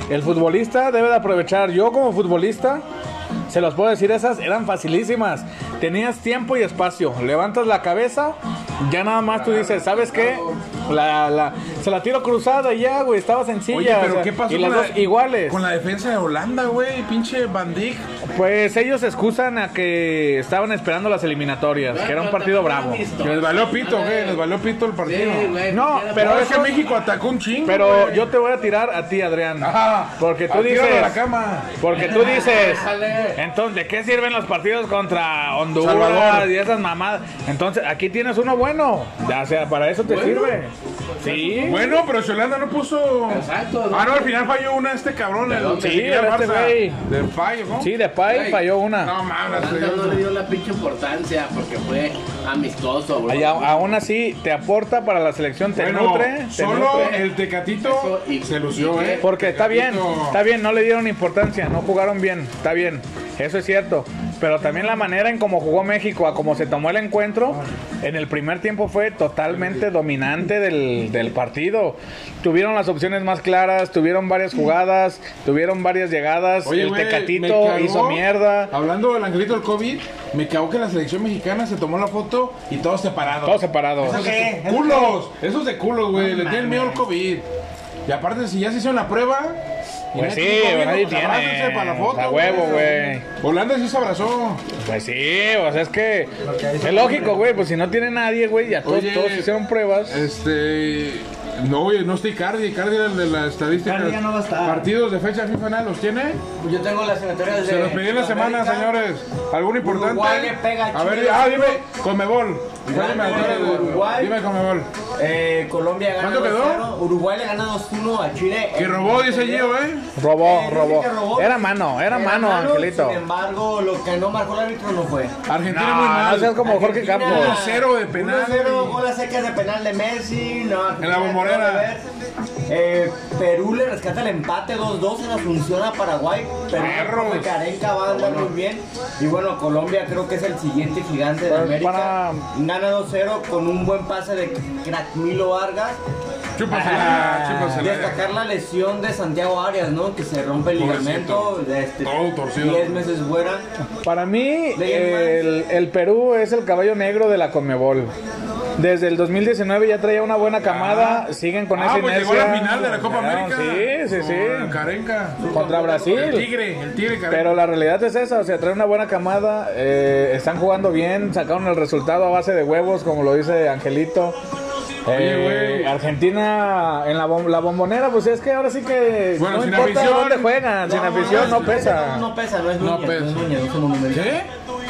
S3: El futbolista debe de aprovechar. Yo como futbolista, se los puedo decir, esas eran facilísimas. Tenías tiempo y espacio. Levantas la cabeza, ya nada más tú dices, ¿sabes qué? La, la- se la tiro cruzada y ya, güey, estaba sencilla.
S4: Oye,
S3: o
S4: pero
S3: sea,
S4: ¿qué pasó
S3: y las dos iguales.
S4: con la defensa de Holanda, güey? Pinche Van Dijk.
S3: Pues ellos se excusan a que estaban esperando las eliminatorias, que era un partido bravo.
S4: Que Les valió pito, güey. Les valió pito el partido.
S3: No, pero
S4: Pero es que
S3: eso-
S4: México atacó un chingo.
S3: Pero
S4: güey.
S3: yo te voy a tirar a ti, Adrián.
S4: Ajá.
S3: Porque tú
S4: Atíralo
S3: dices.
S4: a la cama.
S3: Porque tú dices.
S6: Déjale.
S3: Entonces, ¿de qué sirven los partidos contra Honduras
S4: Salvador.
S3: y esas mamadas? Entonces, aquí tienes uno bueno. Ya sea, para eso te sirve. Sí.
S4: Bueno, pero si Holanda no puso.
S6: Exacto,
S4: Ah, no,
S6: ¿no?
S4: al final falló una este cabrón. El,
S6: dónde?
S4: que
S3: Sí,
S4: se queda
S3: era este
S4: Barça.
S3: güey.
S4: Del fallo, ¿no?
S3: Sí, de Pai
S6: Ey.
S3: falló una.
S4: No mames,
S6: Holanda no
S4: Dios.
S6: le dio la pinche importancia porque fue amistoso, bro.
S3: Ay, a- aún así, te aporta para la selección, te
S4: Bueno,
S3: nutre. te
S4: solo
S3: nutre.
S4: el Tecatito
S6: Eso y-
S4: se lució,
S6: y-
S4: ¿eh?
S3: Porque está bien,
S4: Tecatito.
S3: está bien, no le dieron importancia, no jugaron bien, está bien, eso es cierto. Pero también la manera en cómo jugó México, a cómo se tomó el encuentro, en el primer tiempo fue totalmente dominante del, del partido. Tuvieron las opciones más claras, tuvieron varias jugadas, tuvieron varias llegadas,
S4: Oye,
S3: el
S4: güey, me
S3: Tecatito
S4: cagó.
S3: hizo mierda,
S4: Hablando del angelito del COVID, me cagó que la selección mexicana se tomó la foto y todos separados.
S3: todo separado.
S4: Esos
S5: ¿Qué?
S4: de culos, esos de culos, güey, le tienen miedo al COVID. Y aparte, si ya se hicieron la prueba, y
S3: Pues
S4: no
S3: sí,
S4: hay COVID,
S3: ahí
S4: pues abrácense
S3: tiene,
S4: para la foto.
S3: a huevo, güey.
S4: Holanda sí se abrazó.
S3: Pues sí, o sea, es que es lógico, güey, pues si no tiene nadie, güey, ya todos,
S4: Oye,
S3: todos hicieron pruebas.
S4: Este. No, oye, no estoy Cardi, Cardi era el de las estadísticas.
S5: Icardi ya no va a estar.
S4: Partidos de fecha FIFA, ¿nada? ¿los tiene?
S10: Yo tengo las eliminatorias de.
S4: Se los pedí en la semana,
S10: Sudamérica.
S4: señores. ¿Algún importante?
S10: Uruguay le pega a
S4: a ver,
S10: Chile.
S4: ah, dime, Comebol. Dime,
S7: Uruguay.
S4: Dime, Comebol.
S7: Eh, Colombia gana
S4: ¿Cuánto quedó?
S7: 2-0, Uruguay le gana 2-1 a Chile.
S4: Que robó, dice Gio, ¿eh?
S3: Robó,
S7: Eh,
S3: robó.
S7: dice que robó.
S3: Era mano, era, mano, Angelito.
S7: Sin embargo, lo que no marcó el árbitro no fue.
S4: Argentina
S3: No,
S4: muy mal.
S3: no seas como Jorge
S7: Argentina.
S3: Campos.
S4: 1-0 de penal.
S7: 1-0, golas secas de penal de Messi. No,
S4: En la bombonera.
S7: Eh, Perú le rescata el empate 2-2 en Asunción a Paraguay. Perú
S4: Perros.
S7: de Carenca va a andar muy bien. Y bueno, Colombia creo que es el siguiente gigante de
S3: Para-
S7: América.
S3: Pues, para-
S7: Gana 2-0 con un buen pase de Crackmilo Vargas.
S4: Chúpasela,
S3: Ah,
S4: chúpasela.
S7: Destacar la lesión de Santiago Arias, ¿no? Que se rompe el
S4: Pobrecito.
S7: ligamento. de Este,
S4: Todo torcido.
S7: 10 meses fuera.
S3: Para mí,
S7: Leyen
S3: el, el Perú es el caballo negro de la Conmebol. Desde el 2019 ya traía una buena camada, siguen con
S4: Ah,
S3: esa
S4: pues llegó a
S3: inercia.
S4: la final de la Copa
S3: Llegaron,
S4: América.
S3: Sí, sí,
S4: Con
S3: sí.
S4: Carenca.
S3: Contra
S4: El
S3: Brasil.
S4: tigre, el tigre Carenca.
S3: Pero la realidad es esa, o sea, traen una buena camada, eh, están jugando bien, sacaron el resultado a base de huevos, como lo dice Angelito. Eh,
S4: güey.
S3: Argentina en la, bom- la bombonera, pues es que ahora sí que
S4: Bueno,
S3: no
S4: sin
S3: importa
S4: afición.
S3: dónde juegan, sin
S7: No,
S3: afición no,
S7: es-
S3: pesa.
S7: No, no pesa, no es
S4: No
S7: Núñez. No,
S4: pesa.
S7: es Núñez, no es un monumento.
S4: ¿Qué?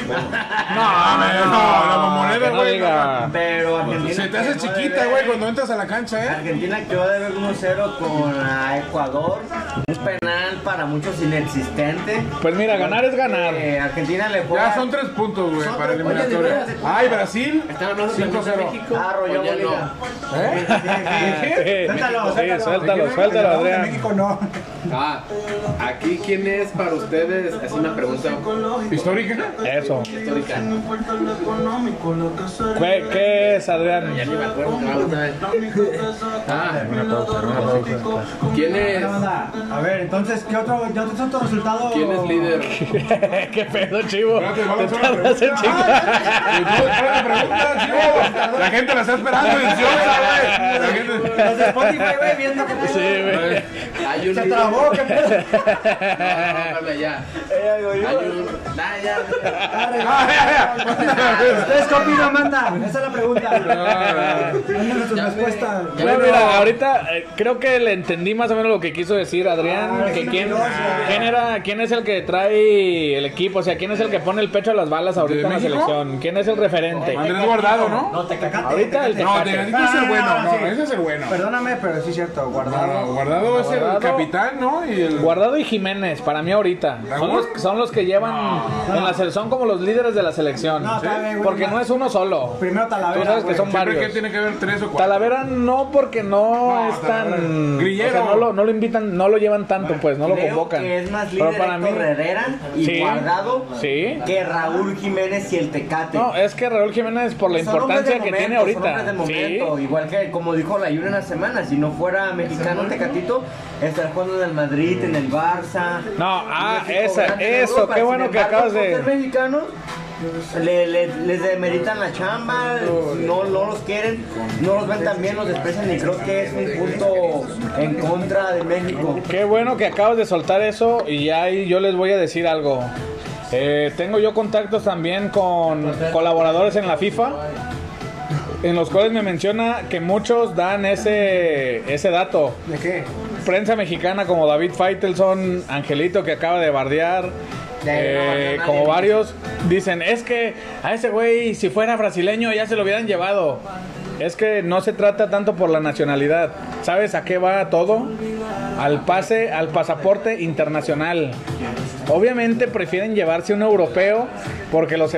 S3: No,
S4: no, no, la bombonera,
S3: Ah, que no
S4: güey,
S3: diga.
S7: Pero Argentina.
S4: Ah. Pues, Se te hace
S7: quedó de
S4: chiquita,
S7: ver.
S4: güey, cuando entras a la cancha, ¿eh?
S7: Argentina quedó de ver 1-0 con ah, Ecuador. Un penal para muchos inexistente.
S3: Pues mira, ganar es ganar.
S7: Eh, Argentina le juega.
S4: Ya son tres puntos, güey,
S7: Son
S4: para
S7: tres- oye, de
S4: eliminatoria.
S7: veras, de-
S4: Ay, Brasil,
S6: Están hablando de la
S4: 5-0.
S6: México.
S7: Ah, Rolló
S6: o ya no.
S7: Molina.
S3: Sí,
S7: Suéltalo,
S3: sí,
S7: suéltalo.
S3: suéltalo, suéltalo,
S5: De
S3: Adrián.
S5: México no.
S6: Ah, aquí quién es para ustedes es una pregunta
S4: ¿Histórica?
S3: Eso.
S6: histórica.
S3: ¿Qué, qué es, Adrián?
S6: Ya ni me acuerdo. Ah, otra vez. Ah, ¿quién es?
S5: Banda, A ver, entonces, ¿qué otro, qué otro, qué otro resultado?
S6: ¿Quién es líder?
S3: ¿Qué pedo, chivo?
S4: Espérate, vamos a hacer
S3: Te
S4: una
S3: tardas un chingo.
S4: La gente la está esperando ansiosa, güey. La gente-
S5: Los de Spotify, güey, viendo que
S3: Sí, güey.
S6: Hay un
S5: Se
S6: líder.
S5: trabó, qué pedo.
S6: No, no, habla ya. Hay un. Ah, ya.
S5: Ah, ¿Ustedes qué opinan, Amanda? Esa es la pregunta. Mándanos su
S6: Ya
S5: respuesta.
S6: ve.
S3: Güey, mira, ahorita eh, creo que le entendí más o menos lo que quiso decir Adrián,
S5: Ah,
S3: que
S5: sí,
S3: quién,
S5: no, sí.
S3: quién era, quién es el que trae el equipo, o sea, quién es el que pone el pecho a las balas ahorita en la
S4: México?
S3: selección, quién es el referente.
S4: Andrés Guardado, ¿no?
S5: No, te cacate.
S3: Ahorita el
S4: No,
S3: Tecate.
S4: te digo es el bueno. No,
S5: Sí.
S4: ese es el bueno.
S5: Perdóname, pero sí es cierto,
S4: No,
S5: guardado.
S4: Guardado es el
S3: Guardado.
S4: capitán, ¿no? Y el.
S3: Guardado y Jiménez, para mí ahorita, son los, son los que llevan, en la sele- son como los líderes de la selección,
S5: No, está bien, güey,
S3: porque
S5: ya.
S3: no es uno solo.
S5: Primero Talavera,
S3: Tú sabes que
S5: güey.
S3: son
S4: Siempre
S3: varios.
S4: que tiene que haber tres o cuatro.
S3: Talavera no porque no,
S4: No,
S3: es
S4: Talavera.
S3: tan
S4: Grillero.
S3: o sea, no, lo, no lo invitan, no lo llevan tanto, pues no lo
S7: Creo
S3: convocan.
S7: que es más
S3: Pero
S7: líder Héctor Herrera y
S3: Sí.
S7: Guardado
S3: Sí.
S7: que Raúl Jiménez y el Tecate.
S3: No, es que Raúl Jiménez por la
S7: Pues Son hombres de
S3: importancia que tiene
S7: momento, son
S3: ahorita.
S7: hombres de
S3: Sí.
S7: momento, Igual que, como dijo la Yuri en la semana, si no fuera mexicano Tecatito, estaría jugando en el Madrid, en el Barça.
S3: No, ah,
S7: México,
S3: esa,
S7: grande
S3: eso,
S7: Europa.
S3: qué
S7: Sin
S3: bueno que
S7: embargo,
S3: acabas
S7: por
S3: de-
S7: ser mexicanos, le- le- les demeritan la chamba, no, no los quieren, no los ven tan bien, los desprecian y creo que es un punto en contra de México.
S3: Qué bueno que acabas de soltar eso y ya ahí yo les voy a decir algo. Eh, tengo yo contactos también con colaboradores en la FIFA, en los cuales me menciona que muchos dan ese, ese dato.
S5: ¿De qué?
S3: Prensa mexicana como David Feitelson, Angelito que acaba de bardear, eh,
S7: no, no,
S3: como
S7: nadie.
S3: varios, dicen, es que a ese güey si fuera brasileño ya se lo hubieran llevado. Es que no se trata tanto por la nacionalidad. ¿Sabes a qué va todo? Al pase, al pasaporte internacional. Obviamente prefieren llevarse un europeo porque los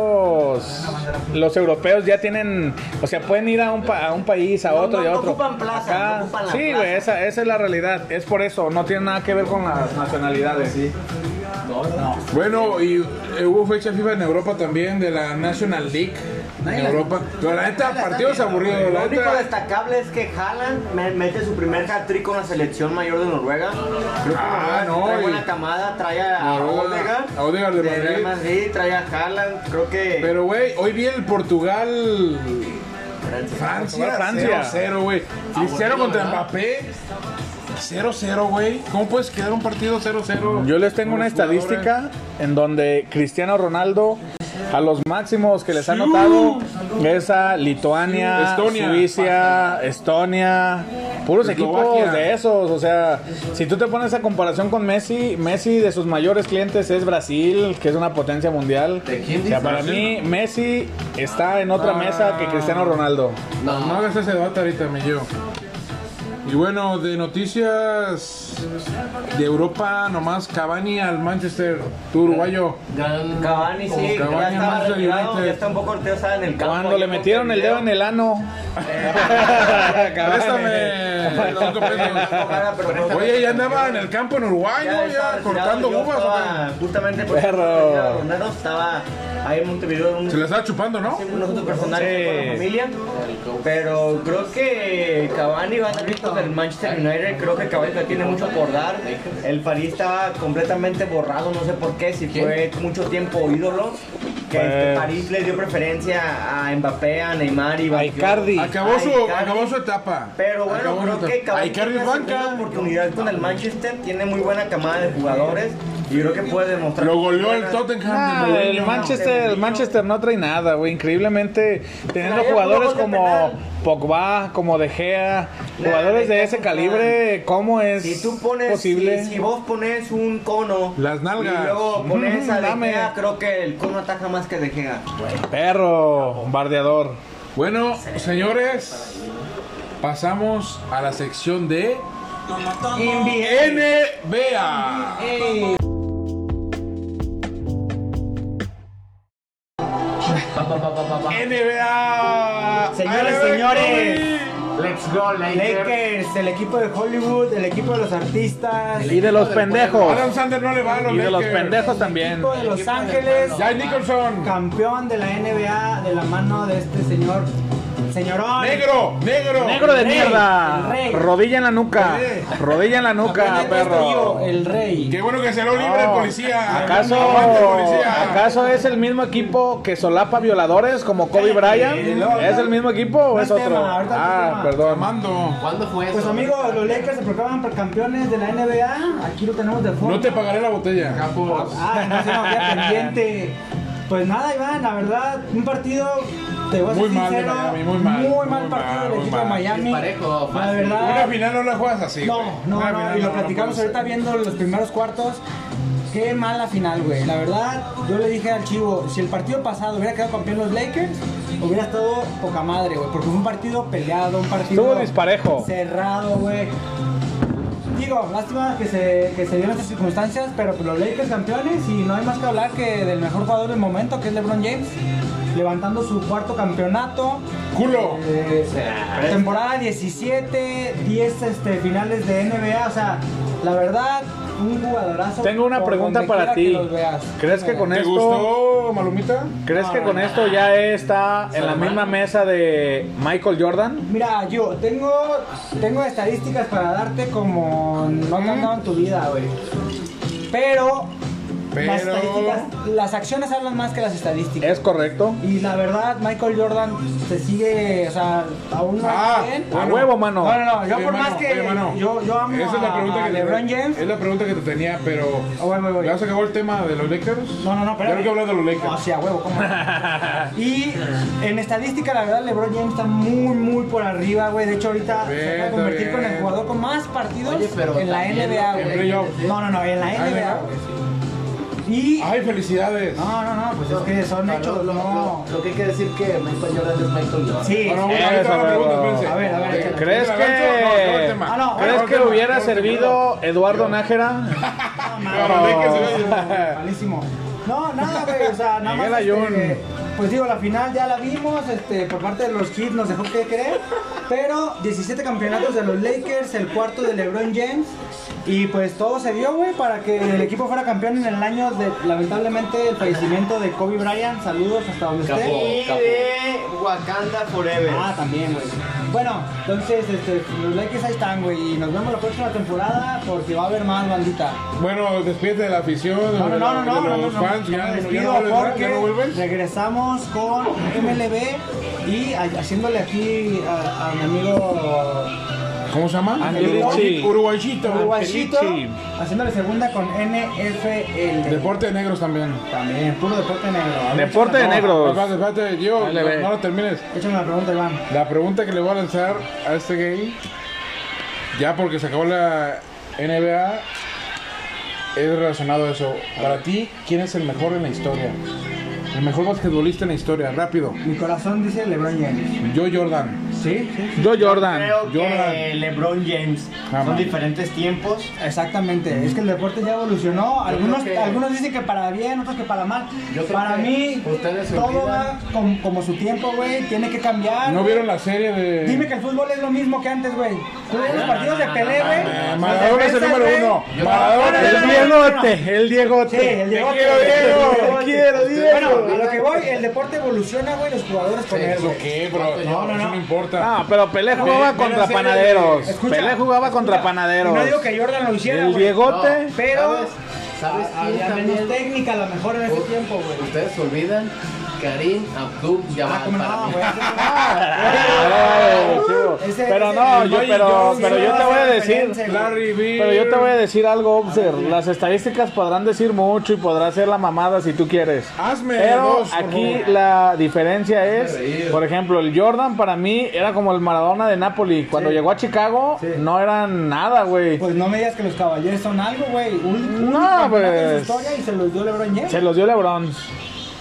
S3: europeos los europeos ya tienen, o sea, pueden ir a un, pa- a un país, a
S7: No,
S3: otro y a
S7: no, no
S3: otro.
S7: ocupan plaza, no
S3: Acá-
S7: ocupan la
S3: sí,
S7: plaza.
S3: güey, esa, esa es la realidad. Es por eso, no tiene nada que ver con las nacionalidades.
S4: Bueno, y eh, hubo fecha FIFA en Europa también de la National League. En Europa. Pero la neta, partidos aburridos.
S7: Lo
S4: La
S7: único
S4: neta.
S7: destacable es que Haaland me- mete su primer hat-trick con la selección mayor de Noruega. Creo que
S4: Ah,
S7: Noruega
S4: no,
S7: trae
S4: y-
S7: buena camada, trae a
S4: Noruega,
S7: Odegaard.
S4: a Odegaard de Madrid.
S7: Real Madrid, trae a Haaland, creo que...
S4: Pero, güey, hoy vi el Portugal. Francia,
S3: Francia.
S4: 0-0, güey. Cristiano contra Mbappé. 0-0, güey. ¿Cómo puedes quedar un partido 0-0?
S3: Yo les tengo
S4: Con
S3: una
S4: los jugadores.
S3: estadística en donde Cristiano Ronaldo a los máximos que les ha anotado es a Lituania,
S4: Estonia.
S3: Suiza, Estonia, puros
S4: Eslovaquia.
S3: equipos de esos, o sea, si tú te pones a comparación con Messi, Messi de sus mayores clientes es Brasil, que es una potencia mundial.
S6: ¿De quién
S3: O sea,
S6: dices?
S3: para mí Messi está en otra mesa que
S6: Ah.
S3: Cristiano Ronaldo.
S4: No
S6: No,
S4: hagas ese debate ahorita, mi yo. Y bueno, de noticias de Europa, nomás Cavani al Manchester, tu uruguayo.
S6: gan-
S7: Cavani sí, ya
S4: Cavani,
S7: estaba
S4: Manchester
S7: retirado,
S4: United.
S7: ya está un poco enteosada en el campo.
S3: Cuando le metieron el dedo en el ano. Cavani.
S4: Préstame cinco pesos. Oye, ya andaba en el campo en Uruguay, ¿no? Ya cortando uvas, ¿o
S7: uvas. Justamente por
S3: Perro.
S7: eso Ronaldo estaba ahí en Montevideo en
S4: qué?
S7: un
S4: Se la estaba chupando, ¿no?
S7: un asunto personal
S3: Sí.
S7: con la familia. Pero creo que Cavani va a estar listo del Manchester United. Creo que Cavani la tiene mucho por dar. El París estaba completamente borrado, no sé por qué, si fue mucho tiempo ídolo. Que este
S3: Pues-
S7: París le dio preferencia a Mbappé, a Neymar y
S3: A Icardi.
S4: Acabó
S7: Ay,
S4: su,
S7: Cavani.
S4: acabó su etapa.
S7: Pero bueno,
S4: Acabó su
S7: creo que
S4: etapa. Ay,
S7: Cavani
S4: Carlos
S7: tiene una segunda
S4: Banca.
S7: oportunidad con el Manchester. Tiene muy buena camada de jugadores. Y creo que puede demostrar.
S4: Lo goleó el
S7: Buena-
S4: Tottenham.
S3: Ah,
S4: de
S3: el
S4: Mourinho.
S3: Manchester, el Manchester no trae nada, güey. Increíblemente teniendo
S7: Traía
S3: jugadores
S7: jugadores de
S3: como
S7: penal.
S3: Pogba, como De Gea, jugadores de ese calibre, ¿cómo es
S7: Si tú pones,
S3: posible?
S7: Si, si vos pones un cono
S4: Las nalgas.
S7: y luego pones
S3: Mm,
S7: a De
S3: dame.
S7: Gea, creo que el cono ataca más que De Gea.
S3: Perro, bombardeador.
S4: Bueno, señores, pasamos a la sección de NBA. NBA.
S5: Señores,
S4: NBA.
S5: señores.
S6: Let's go, Lakers.
S5: Lakers, el equipo de Hollywood, el equipo de los artistas, el
S3: Y de los pendejos.
S4: Adam Sanders no le va a los
S3: Y de los
S4: Lakers.
S3: pendejos también.
S5: equipo de Los Ángeles,
S4: Jack Nicholson.
S5: campeón de la NBA de la mano de este señor, señorón.
S4: Negro, negro.
S3: Negro de
S5: Rey,
S3: mierda.
S5: rey.
S3: Rodilla en la nuca. Rodilla en la nuca,
S5: Apenas
S3: perro.
S5: tío, este el rey.
S4: Qué bueno que se lo libre el policía.
S3: ¿Acaso,
S4: Aguante, policía.
S3: ¿Acaso es el mismo equipo que solapa violadores como Kobe Bryant? ¿Es el mismo equipo o
S5: No
S3: es
S5: es tema,
S3: otro?
S5: ahorita no es
S3: Ah,
S5: tema.
S3: perdón.
S4: Armando,
S6: ¿Cuándo fue eso?
S5: Pues amigos, los Lakers se proclaman por campeones de la NBA. Aquí lo tenemos de fondo.
S4: no te pagaré la botella.
S6: Capo.
S5: Ah, no se nos queda pendiente. Pues nada, Iván, la verdad, un partido, te voy a ser
S4: Muy mal de
S5: sincero,
S4: Miami, muy mal,
S5: muy mal
S4: muy
S5: partido
S4: mal,
S5: del
S4: muy
S5: equipo de
S4: mal.
S5: Miami.
S6: Parejo,
S5: la
S6: fácil.
S5: verdad,
S4: Una final no la juegas así. güey.
S5: no, no,
S4: Una
S5: no,
S4: final
S5: y lo
S4: no la
S5: platicamos
S4: juegas
S5: ahorita viendo los primeros cuartos. Qué mala final, güey. La verdad, yo le dije al Chivo, si el partido pasado hubiera quedado campeón los Lakers, hubiera estado poca madre, güey. Porque fue un partido peleado, un partido...
S3: Estuvo disparejo.
S5: Cerrado, güey. Digo, lástima que se, que se dieron estas circunstancias, pero pues los Lakers campeones y no hay más que hablar que del mejor jugador del momento, que es LeBron James, levantando su cuarto campeonato.
S4: Culo.
S5: Eh, temporada 17, 10 este, finales de NBA, o sea, la verdad, un jugadorazo.
S3: Tengo una
S5: por
S3: pregunta
S5: donde
S3: para
S5: quiera que
S3: ti.
S5: los veas.
S3: ¿Crees que con
S4: ¿Te
S3: esto
S4: gustó, Malumita?
S3: crees que con esto ya está en la misma mesa de Michael Jordan?
S5: Mira, yo tengo, tengo estadísticas para darte como no te han dado en tu vida, güey. Pero,
S4: Pero-
S5: las estadísticas, las acciones hablan más que las estadísticas.
S3: ¿Es correcto?
S5: Y la verdad, Michael Jordan se sigue, o sea, aún no
S4: Ah,
S5: bien.
S3: A huevo, mano.
S5: No, no, no, yo
S4: Oye,
S5: por
S4: mano,
S5: más que
S4: oye, mano,
S5: yo, yo amo
S4: Esa es la pregunta
S5: a
S4: que te-
S5: LeBron James.
S4: Es la pregunta que te tenía, pero.
S5: Ah, voy, voy, voy.
S4: ¿Ya se acabó el tema de los Lakers?
S5: No, no, no, pero.
S4: Tengo que hablar de los Lakers.
S5: No, sí, a huevo, ¿cómo? y en estadística, la verdad, LeBron James está muy, muy por arriba, güey. De hecho, ahorita se
S4: Bien,
S5: acaba de convertir
S4: está
S5: con el
S4: bien.
S5: jugador con más partidos
S6: Oye, pero
S5: en la
S6: también
S5: NBA,
S6: lo que
S4: En
S5: güey.
S4: playoff.
S5: No, no, no, en la
S4: Ah,
S5: NBA,
S4: ¿verdad?
S5: güey. Y.
S4: ¡Ay, felicidades!
S5: No, no, no, pues es que son
S6: Lo-
S5: hechos,
S6: lo,
S5: no.
S6: lo- lo que hay que decir que Michael Jordan es Michael Jordan.
S5: Sí,
S4: Bueno,
S5: sí.
S4: bueno, ahorita
S3: Eso,
S4: va la pregunta,
S3: huevo.
S4: espérense.
S5: A ver, a ver,
S4: Venga,
S5: échale.
S3: ¿Crees
S4: ¿la lanzo? No, acaba el
S3: que
S4: tema.
S5: Ah, no,
S3: crees
S5: bueno,
S3: que
S4: bueno,
S3: hubiera
S4: bueno,
S3: servido Eduardo Nájera?
S4: Para Lakers,
S5: Sí,
S4: güey.
S5: Malísimo. No, nada, güey, o sea, nada
S3: Miguel
S5: más. este,
S3: Ayun.
S5: pues digo, la final ya la vimos, este, por parte de los Kids nos dejó que creer, pero 17 campeonatos de los Lakers, el cuarto de LeBron James, y pues todo se dio, güey, para que el equipo fuera campeón en el año de, lamentablemente, el fallecimiento de Kobe Bryant. Saludos hasta donde esté.
S11: Y de Wakanda Forever.
S5: Ah, también, güey. Bueno, entonces, este, los Lakers ahí están, güey, y nos vemos la próxima temporada porque va a haber más bandita.
S4: Bueno, despídete de la afición,
S5: No, no,
S4: de la-
S5: no, no, no,
S4: de
S5: no,
S4: los
S5: no,
S4: fans.
S5: no,
S4: ya-
S5: me
S4: ya
S5: despido
S4: no vuelves, ya
S5: porque
S4: no vuelves.
S5: regresamos con MLB y a- haciéndole aquí a, a mi amigo
S4: ¿Cómo se llama?
S3: Angelici.
S4: Uruguayito.
S5: Uruguayito, haciéndole segunda con NFL.
S4: Deporte de negros también.
S5: También, puro deporte negro. A ver,
S3: Deporte de
S4: No,
S3: negros.
S4: Espérate, espérate, yo,
S3: Dale, ve.
S4: no, no lo termines.
S5: Échame la pregunta, Iván.
S4: La pregunta que le voy a lanzar a este gay, ya porque se acabó la NBA, es relacionado a eso. Para ti, ¿quién es el mejor en la historia? El mejor basquetbolista en la historia, rápido.
S5: Mi corazón dice LeBron James.
S4: Yo, Jordan.
S5: Sí, sí.
S3: Yo Jordan.
S11: Creo que
S4: Jordan.
S11: LeBron James.
S4: Ah, man.
S11: Son diferentes tiempos.
S5: Exactamente, es que el deporte ya evolucionó. Algunos,
S6: creo que-
S5: algunos dicen que para bien, otros que para mal.
S6: Yo creo
S5: Para
S6: que
S5: mí,
S6: ustedes se
S5: todo va
S6: olvidan-
S5: com- como su tiempo, güey. Tiene que cambiar.
S4: ¿No vieron la serie de.
S5: Dime que el fútbol es lo mismo que antes, güey. Tú ves los
S6: no,
S5: partidos de
S6: no,
S5: Pelé,
S6: no,
S5: güey.
S6: no,
S4: Eh,
S5: los
S4: Maradona es el
S5: defensas,
S4: número
S3: ¿eh?
S5: güey.
S4: uno. Maradona es el
S3: El
S5: no, no, no, no.
S3: Diegote, el Diegote.
S5: Sí, el Diego.
S4: quiero, Diego.
S5: Te
S3: quiero, Diego.
S5: Bueno, a lo que voy, el deporte evoluciona, güey, los jugadores con él,
S4: ¿Eso
S5: güey.
S4: qué, bro? No, no, no. Eso no importa.
S3: Ah, pero Pelé jugaba
S4: Ve- ve la
S3: contra
S4: serie de-
S3: panaderos.
S5: Escucha,
S3: Pelé jugaba contra
S5: escucha.
S3: panaderos.
S5: Y No digo que Jordan lo hiciera,
S3: El
S5: güey.
S3: Diegote.
S6: No.
S5: Pero
S6: ¿Sabes? ¿Sabes quién
S5: había
S6: también?
S5: Ah, menos técnica a lo mejor en ese tiempo, güey.
S6: Ustedes se olvidan Karim Abdul
S5: Ah,
S6: Jabbar.
S5: ¿cómo
S6: para
S5: no,
S6: mí.
S5: güey?
S3: Ay, chivo.
S5: Ese-
S3: Ah, Pero
S5: ese-
S3: no, yo,
S5: Magic
S3: pero,
S5: Johnson,
S3: pero yo te voy a
S5: esa
S3: decir,
S5: referencia, güey.
S4: Larry B.
S3: pero yo te voy a decir algo, Obser. Las estadísticas podrán decir mucho y podrás ser la mamada si tú quieres.
S4: Hazme
S3: Pero
S4: dos, por
S3: aquí
S4: favor.
S3: la diferencia es,
S6: reír.
S3: por ejemplo, el Jordan para mí era como el Maradona de Napoli. Cuando llegó a Chicago no eran nada, güey.
S5: Pues no me digas que los caballeros son algo, güey. Un-
S3: No,
S5: un campeonato de
S3: pues.
S5: su historia y se los dio LeBron James.
S3: Se los dio LeBron.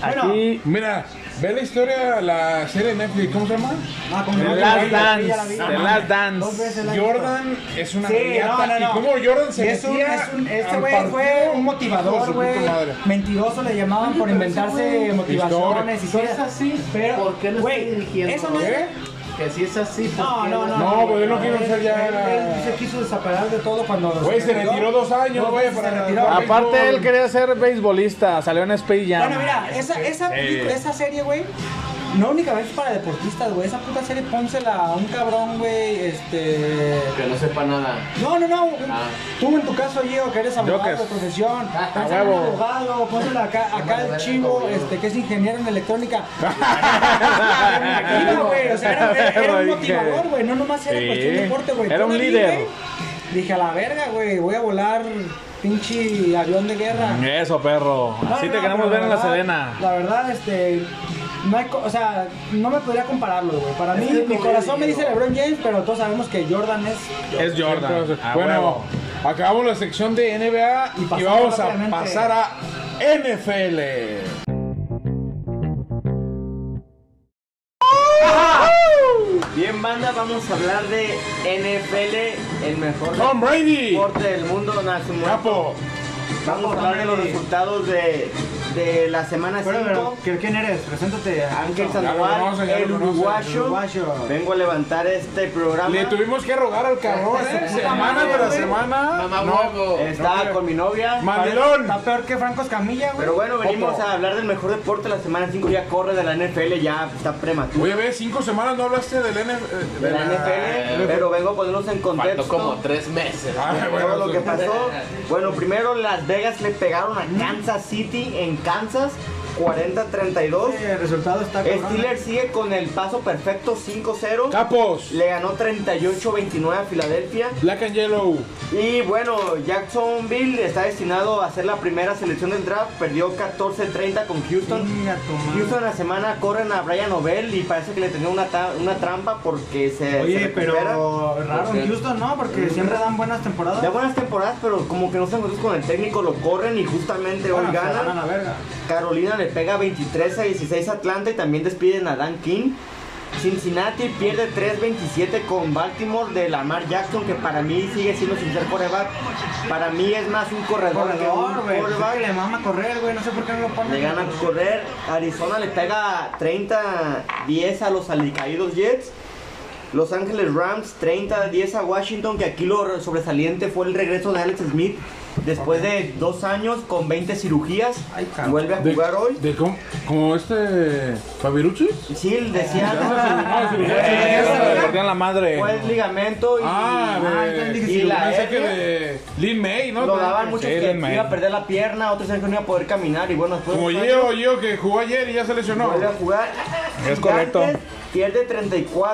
S5: Bueno.
S3: Aquí
S4: Mira, ve la historia, la serie de Netflix, ¿cómo se llama?
S5: Ah, como no,
S3: The
S5: ya la
S3: Last
S5: vi, ya la vi, ya la
S3: Dance,
S5: vi.
S3: The Last
S5: Dos
S3: Dance.
S5: veces la he
S4: Jordan es una
S5: Sí,
S4: riata.
S5: no, no, no.
S4: ¿Y cómo Jordan se
S5: Es un-
S4: metía
S5: es un- este
S4: al
S5: güey
S4: partido?
S5: fue un
S4: Hijo de
S5: motivador,
S4: su
S5: güey.
S4: puta madre.
S5: Mentiroso le llamaban por inventarse motivaciones y
S6: Si es
S5: cosas
S6: así,
S5: Pero,
S6: ¿por qué lo
S5: güey,
S6: está dirigiendo?
S5: Eso no es.
S4: ¿Eh?
S6: que si es así, ¿por
S5: No,
S6: qué
S5: no, no.
S4: No, pero él no quiso ser ya-
S5: Él, él se quiso desaparar de todo cuando.
S4: Güey, se retiró dos años, güey, para
S5: se
S4: la-
S5: retiró.
S4: para el
S3: Aparte, él
S4: béisbol.
S3: quería ser beisbolista, salió en Space Jam.
S5: Bueno, mira, esa,
S4: este,
S5: esa,
S4: eh.
S5: película- esa serie, güey, no únicamente es para deportistas, güey. Esa puta serie, pónsela a un cabrón, güey, este...
S6: Que no sepa nada.
S5: No, no, no.
S6: Ah.
S5: Tú en tu caso, Diego, que eres abogado
S3: Yo que-
S5: de profesión,
S6: Ah,
S5: pónsela
S3: a
S5: a un
S3: huevo.
S5: abogado, pónsela acá, acá el chingo, este, que es ingeniero en electrónica. Imagina, güey, o sea, era, era- era un
S3: Dije.
S5: motivador, güey, no nomás era
S3: Sí.
S5: cuestión de deporte, güey.
S3: Era un
S5: Yo la vi,
S3: líder.
S5: güey, Dije, a la verga, güey, voy a volar pinche avión de guerra.
S3: Eso, perro.
S5: No,
S3: Así
S5: no,
S3: Mm, te
S5: no,
S3: queremos
S5: pero
S3: ver en la
S5: verdad-
S3: Sedena.
S5: La verdad, este. No hay co- o sea, no me podría compararlo, güey. Para mí, mi corazón me dice LeBron James, pero todos sabemos que Jordan es.
S3: Es Jordan.
S4: Entonces,
S3: A
S4: bueno,
S3: huevo.
S4: acabamos la sección de NBA
S5: Y
S4: y,
S5: pasamos
S4: vamos a
S5: rápidamente.
S4: pasar a NFL.
S7: Bien, banda, vamos a hablar de NFL, el mejor
S4: Tom Brady,
S7: deporte del mundo nacional.
S4: capo.
S7: Vamos a hablar de los resultados de, de la semana 5.
S5: ¿Quién eres? Preséntate.
S7: Ángel
S4: lo conoce,
S7: Sandoval,
S4: ya lo
S7: el
S4: conoce, el
S7: uruguayo.
S5: uruguayo.
S7: Vengo a levantar este programa.
S4: Le tuvimos que rogar al cabrón
S5: Esta
S4: ¿eh?
S5: puta
S4: semana
S5: madre,
S4: tras
S5: güey.
S4: semana.
S6: Mamá
S4: No,
S6: huevo.
S7: Está
S4: No,
S7: con mi novia.
S4: Mandelón.
S5: Está peor que Franco Escamilla, güey.
S7: Pero bueno, venimos
S4: Otro.
S7: a hablar del mejor deporte de la semana 5. Ya corre de la NFL, ya está prematuro.
S4: Oye, ve, cinco semanas no hablaste del NFL.
S7: de la NFL, pero vengo a ponerlos en
S6: Faltó
S7: contexto.
S6: como tres meses.
S7: Todo lo que pasó. Bueno, primero Las Vegas le pegaron a Kansas City en Kansas 40-32.
S5: Este resultado está cabrón.
S7: Steelers sigue con el paso perfecto 5-0.
S4: Capos,
S7: Le ganó 38-29 a Filadelfia.
S4: Black and Yellow.
S7: Y bueno, Jacksonville está destinado a ser la primera selección del draft. Perdió 14-30 con Houston.
S5: Chinga tu madre.
S7: Houston la semana corren a Brian Nobel y parece que le tenía una, ta- una trampa porque se. se
S5: Oye,
S7: recupera.
S5: pero raro en Houston, ¿no? Porque siempre dan buenas temporadas.
S7: Ya buenas temporadas, pero como que no están contentos con el técnico, lo corren y justamente
S5: Bueno,
S7: hoy
S5: se ganan
S7: ganan.
S5: la verga.
S7: Carolina le pega 23 a 16 a Atlanta y también despiden a Dan King. Cincinnati pierde 3-27 con Baltimore de Lamar Jackson, que para mí sigue siendo sin ser coreback. Para mí es más un corredor,
S5: Corredor,
S7: que
S5: güey.
S7: un
S5: Pues es
S7: quarterback.
S5: que Le mama correr, güey. No sé por qué no lo ponen.
S7: Le ganan a correr. Arizona le pega 30-10 a los alicaídos Jets. Los Ángeles Rams 30-10 a Washington, que aquí lo sobresaliente fue el regreso de Alex Smith después de dos años con 20 cirugías. Vuelve a jugar hoy.
S4: de com- como este Fabiruchis.
S7: Sí, él decía
S4: Ah,
S3: Eso, le cortaron la madre.
S7: Ah, fue el ligamento y,
S4: Ah, de,
S7: y la
S4: pensé que
S7: hernia.
S4: de Lin May, ¿no?
S7: ¿eh?
S4: pues,
S7: lo daban muchos
S3: Sí,
S7: que
S3: Lin May.
S7: iba a perder la pierna, otros decían que no iba a poder caminar y bueno, después de
S4: Como
S7: dos
S4: yo,
S7: años,
S4: yo que jugó ayer y ya se lesionó.
S7: vuelve a jugar.
S3: Es correcto.
S7: Gigantes Pierde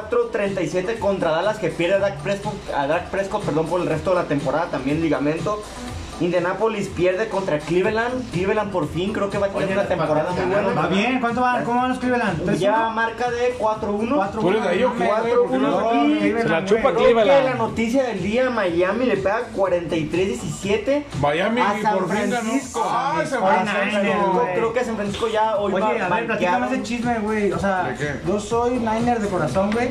S7: 34-37 contra Dallas que pierde a Dak Prescott, a Dak Prescott, perdón, por el resto de la temporada, también ligamento. Indianapolis pierde contra Cleveland. Cleveland por fin creo que va a tener
S6: Oye,
S7: una
S6: los
S7: temporada
S6: Patriots
S7: muy
S6: ganaron,
S7: buena.
S5: Va bien, ¿cuánto van? ¿Cómo van los Cleveland? ¿Tres,
S7: Ya
S5: uno?
S7: marca de 4-1.
S5: Cuatro,
S4: ¿Tú eres de ahí o
S5: uno,
S4: qué, güey?
S5: cuatro,
S4: ¿Por qué
S5: uno,
S4: no?
S5: no,
S7: Sí,
S5: Cleveland,
S3: se la chupa
S5: güey.
S7: Creo que
S3: Cleveland.
S7: la noticia del día, Miami le pega 43-17
S4: Miami
S7: a San
S4: por fin ganó.
S7: Francisco.
S4: Ah, San
S5: Ah,
S7: San
S5: Niners,
S7: Francisco,
S5: güey.
S7: creo que San Francisco ya hoy
S5: Oye, a ver, platícame
S7: banqueado.
S5: ese chisme, güey. O sea,
S4: ¿De qué?
S5: yo soy Niner de corazón, güey.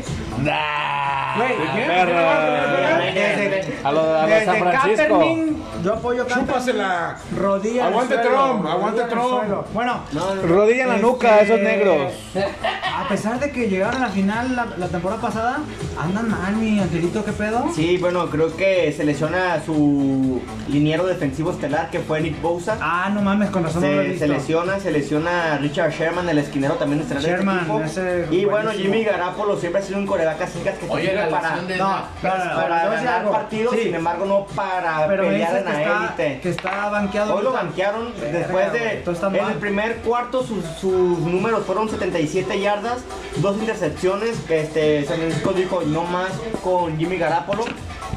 S5: Güey,
S3: Perro.
S5: Ah, desde,
S3: A lo de, a lo de
S5: desde
S3: San Francisco.
S5: Caterning, yo apoyo Caterning.
S4: Chúpasela.
S5: Rodilla en el
S4: Aguante
S5: suelo,
S4: Trump,
S5: rodilla
S4: aguante
S5: en el
S4: Trump.
S5: suelo. Bueno,
S3: Rodilla en la nuca,
S5: Este-
S3: esos negros.
S5: a pesar de que llegaron a la final la, la temporada pasada, andan mal, mi angelito, ¿qué pedo?
S7: Sí, bueno, creo que se lesiona a su liniero defensivo estelar que fue Nick Bosa.
S5: Ah, no mames, con razón no lo he
S7: se,
S5: visto.
S7: se lesiona, se lesiona a Richard Sherman, el esquinero también estelar de este
S5: Sherman,
S7: equipo.
S5: ese
S7: Y bueno,
S5: buenísimo.
S7: Jimmy Garapolo siempre ha sido un coreback así que te
S6: Oye,
S7: sirve
S6: la
S7: para,
S6: lesión de
S5: No,
S6: Dak
S5: no, no,
S6: Prescott.
S5: no.
S7: para
S5: Pero
S7: ganar
S5: algo.
S7: partidos,
S5: Sí.
S7: sin embargo, no para
S5: Pero me
S7: pelear
S5: dices
S7: en
S5: que
S7: la
S5: está,
S7: élite.
S5: que está banqueado.
S7: Hoy lo
S5: ahorita.
S7: banquearon
S5: Verga,
S7: después de.
S5: güey, todo está
S7: En
S5: mal.
S7: el primer cuarto sus, sus números fueron 77 yardas, dos intercepciones. que, Este, San Francisco dijo no más con Jimmy Garapolo.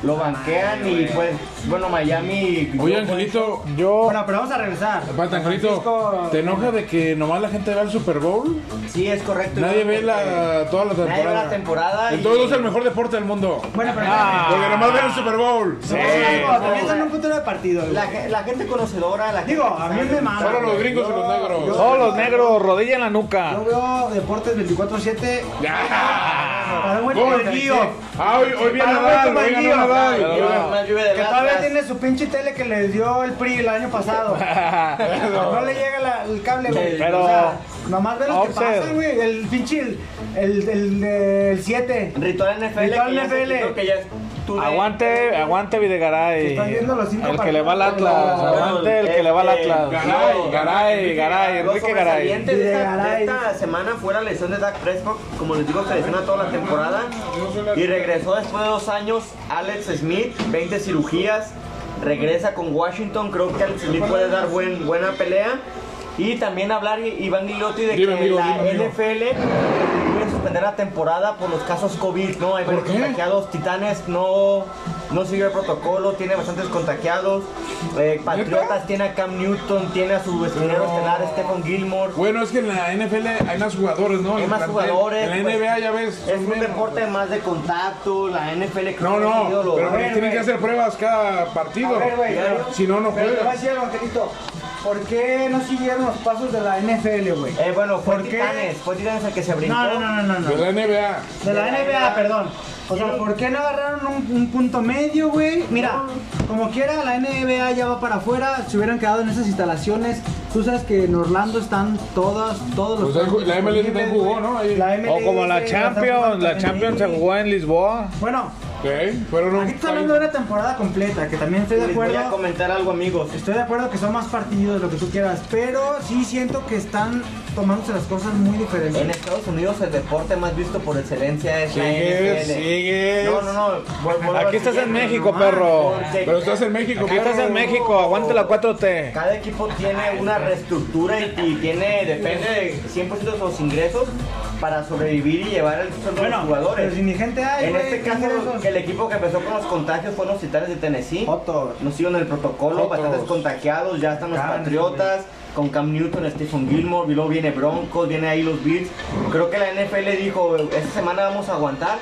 S7: Lo banquean y pues, bueno, Miami.
S4: Oye, Angelito,
S3: Yo,
S5: Bueno, pero vamos a regresar.
S4: Pata, Angelito,
S5: Francisco-
S4: ¿te enoja de que nomás la gente ve el Super Bowl?
S7: Sí, es correcto.
S4: Nadie
S7: Yo
S4: ve
S7: creo
S4: la, toda la temporada.
S7: Nadie ve la temporada y-
S4: Entonces es el mejor deporte del mundo.
S5: Bueno,
S3: Ah.
S5: pero
S4: Porque nomás ven el Super Bowl.
S5: No, algo, también son
S7: no, güey.
S5: un puto de partido.
S7: que
S5: güey.
S7: La, ge- la gente conocedora, la
S5: Digo,
S7: gente que
S5: a mí
S7: sabe.
S5: me mama.
S4: Solo los
S5: güey.
S4: gringos y los
S5: Yo-
S4: negros. Oh,
S5: yo-
S3: todos los negros, rodilla en la nuca.
S5: Yo veo deportes 24-7. Para un güey como
S4: Gol.
S5: el Guío,
S4: Ah, hoy, hoy viene
S5: Ah,
S4: Nadal,
S5: güey,
S4: hoy ganó
S5: Guillo.
S4: Nadal.
S7: Yo veo más lluvia de
S5: que todavía
S7: latas.
S5: tiene su pinche tele que le dio el PRI el año pasado. no le llega la- el cable, güey.
S3: Pero
S5: O sea, Nomás ve lo que
S3: Offset.
S5: pasa, güey. El pinche. El 7. El, el, el siete.
S7: Ritual NFL.
S5: Ritual
S7: que ya se
S5: NFL.
S7: quitó, que ya es tu-
S3: Aguante, aguante Videgaray.
S5: Estás viendo los cinco
S3: El que le va al
S5: partidos.
S3: Atlas, aguante el que le va al Atlas.
S4: este, Garay,
S3: Garay, Garay,
S7: Los
S3: Enrique Garay.
S7: sobresalientes de esta,
S5: Videgaray.
S7: de esta semana fue la lesión de Dak Prescott, como les digo, se lesiona toda la temporada y regresó después de dos años Alex Smith, 20 cirugías, regresa con Washington, creo que Alex Smith puede dar buen, buena pelea y también hablar I- Iván Guillotti de que
S4: Dime, amigo,
S7: la
S4: dime, amigo.
S7: NFL quiere suspender la temporada por los casos COVID, ¿no? Hay varios
S4: qué?
S7: contagiados, Titanes no, no siguió el protocolo, tiene bastantes contagiados, eh, Patriotas tiene a Cam Newton, tiene a su esquinero estelar Stephen Gilmore.
S4: Bueno, es que en la NFL hay más jugadores, ¿no?
S7: Hay
S4: En
S7: más
S4: plantel.
S7: jugadores,
S4: En la
S7: pues,
S4: NBA ya ves.
S7: Es
S4: son
S7: un
S4: menos.
S7: deporte más de contacto, la NFL
S4: No,
S7: creo que ha sido
S4: no,
S7: lo-
S4: pero
S5: A ver,
S4: tienen
S5: güey.
S4: que hacer pruebas cada partido.
S5: A ver, güey, pero-
S4: si no, no
S5: Pero te voy a
S4: juegas.
S5: decir algo, Angelito. ¿Por qué no siguieron los pasos de la NFL, güey?
S7: Eh, bueno, fue
S5: ¿Por qué?
S7: Titanes, fue Titanes el que se brincó.
S5: No, no, no, no, no.
S4: De Pues la NBA.
S5: De la NBA, perdón. O sea, ¿por qué no agarraron un, un punto medio, güey? Mira, como quiera, la NBA ya va para afuera. Se hubieran quedado en esas instalaciones. Tú sabes que en Orlando están todas, todos los.
S4: Pues ahí ju- la MLS
S5: disponibles,
S4: también jugó,
S5: güey.
S4: ¿no? Ahí-
S5: La MLS,
S3: O como la
S5: está jugando
S3: Champions, la
S5: también
S3: Champions se
S5: ahí.
S3: jugó en Lisboa.
S5: Bueno,
S4: Ok, fueron un
S5: aquí estás hablando de una temporada completa, que también estoy de
S7: Les voy a
S5: acuerdo.
S7: comentar algo, amigos.
S5: Estoy de acuerdo que son más partidos, lo que tú quieras, pero sí siento que están tomándose las cosas muy
S7: En
S5: diferentes.
S7: Estados Unidos el deporte más visto por excelencia es la
S4: Sigues,
S7: NFL.
S4: sigues.
S7: No, no, no. vuel- vuelvo
S3: Aquí
S7: al
S3: estás en
S7: siguiente,
S3: México,
S7: nomás,
S3: perro.
S7: porque
S4: Pero estás en México,
S3: Aquí estás en México, aguante la 4T.
S7: Cada equipo tiene una reestructura y, y tiene, depende de 100% de sus ingresos para sobrevivir y llevar el sueldo de los
S5: pero
S7: jugadores.
S5: si ni gente hay,
S7: En
S5: güey,
S7: este
S5: ¿qué
S7: caso,
S5: ingresos?
S7: que el equipo que empezó con los contagios fue los titanes de Tennessee.
S5: Otto.
S7: Nos siguen el protocolo,
S4: Otros.
S7: bastantes contagiados, ya están los
S5: Cam,
S7: Patriotas, con Cam Newton, Stephen Gilmore, y luego viene Broncos, viene ahí los Bills. Creo que la NFL dijo, esta semana vamos a aguantar.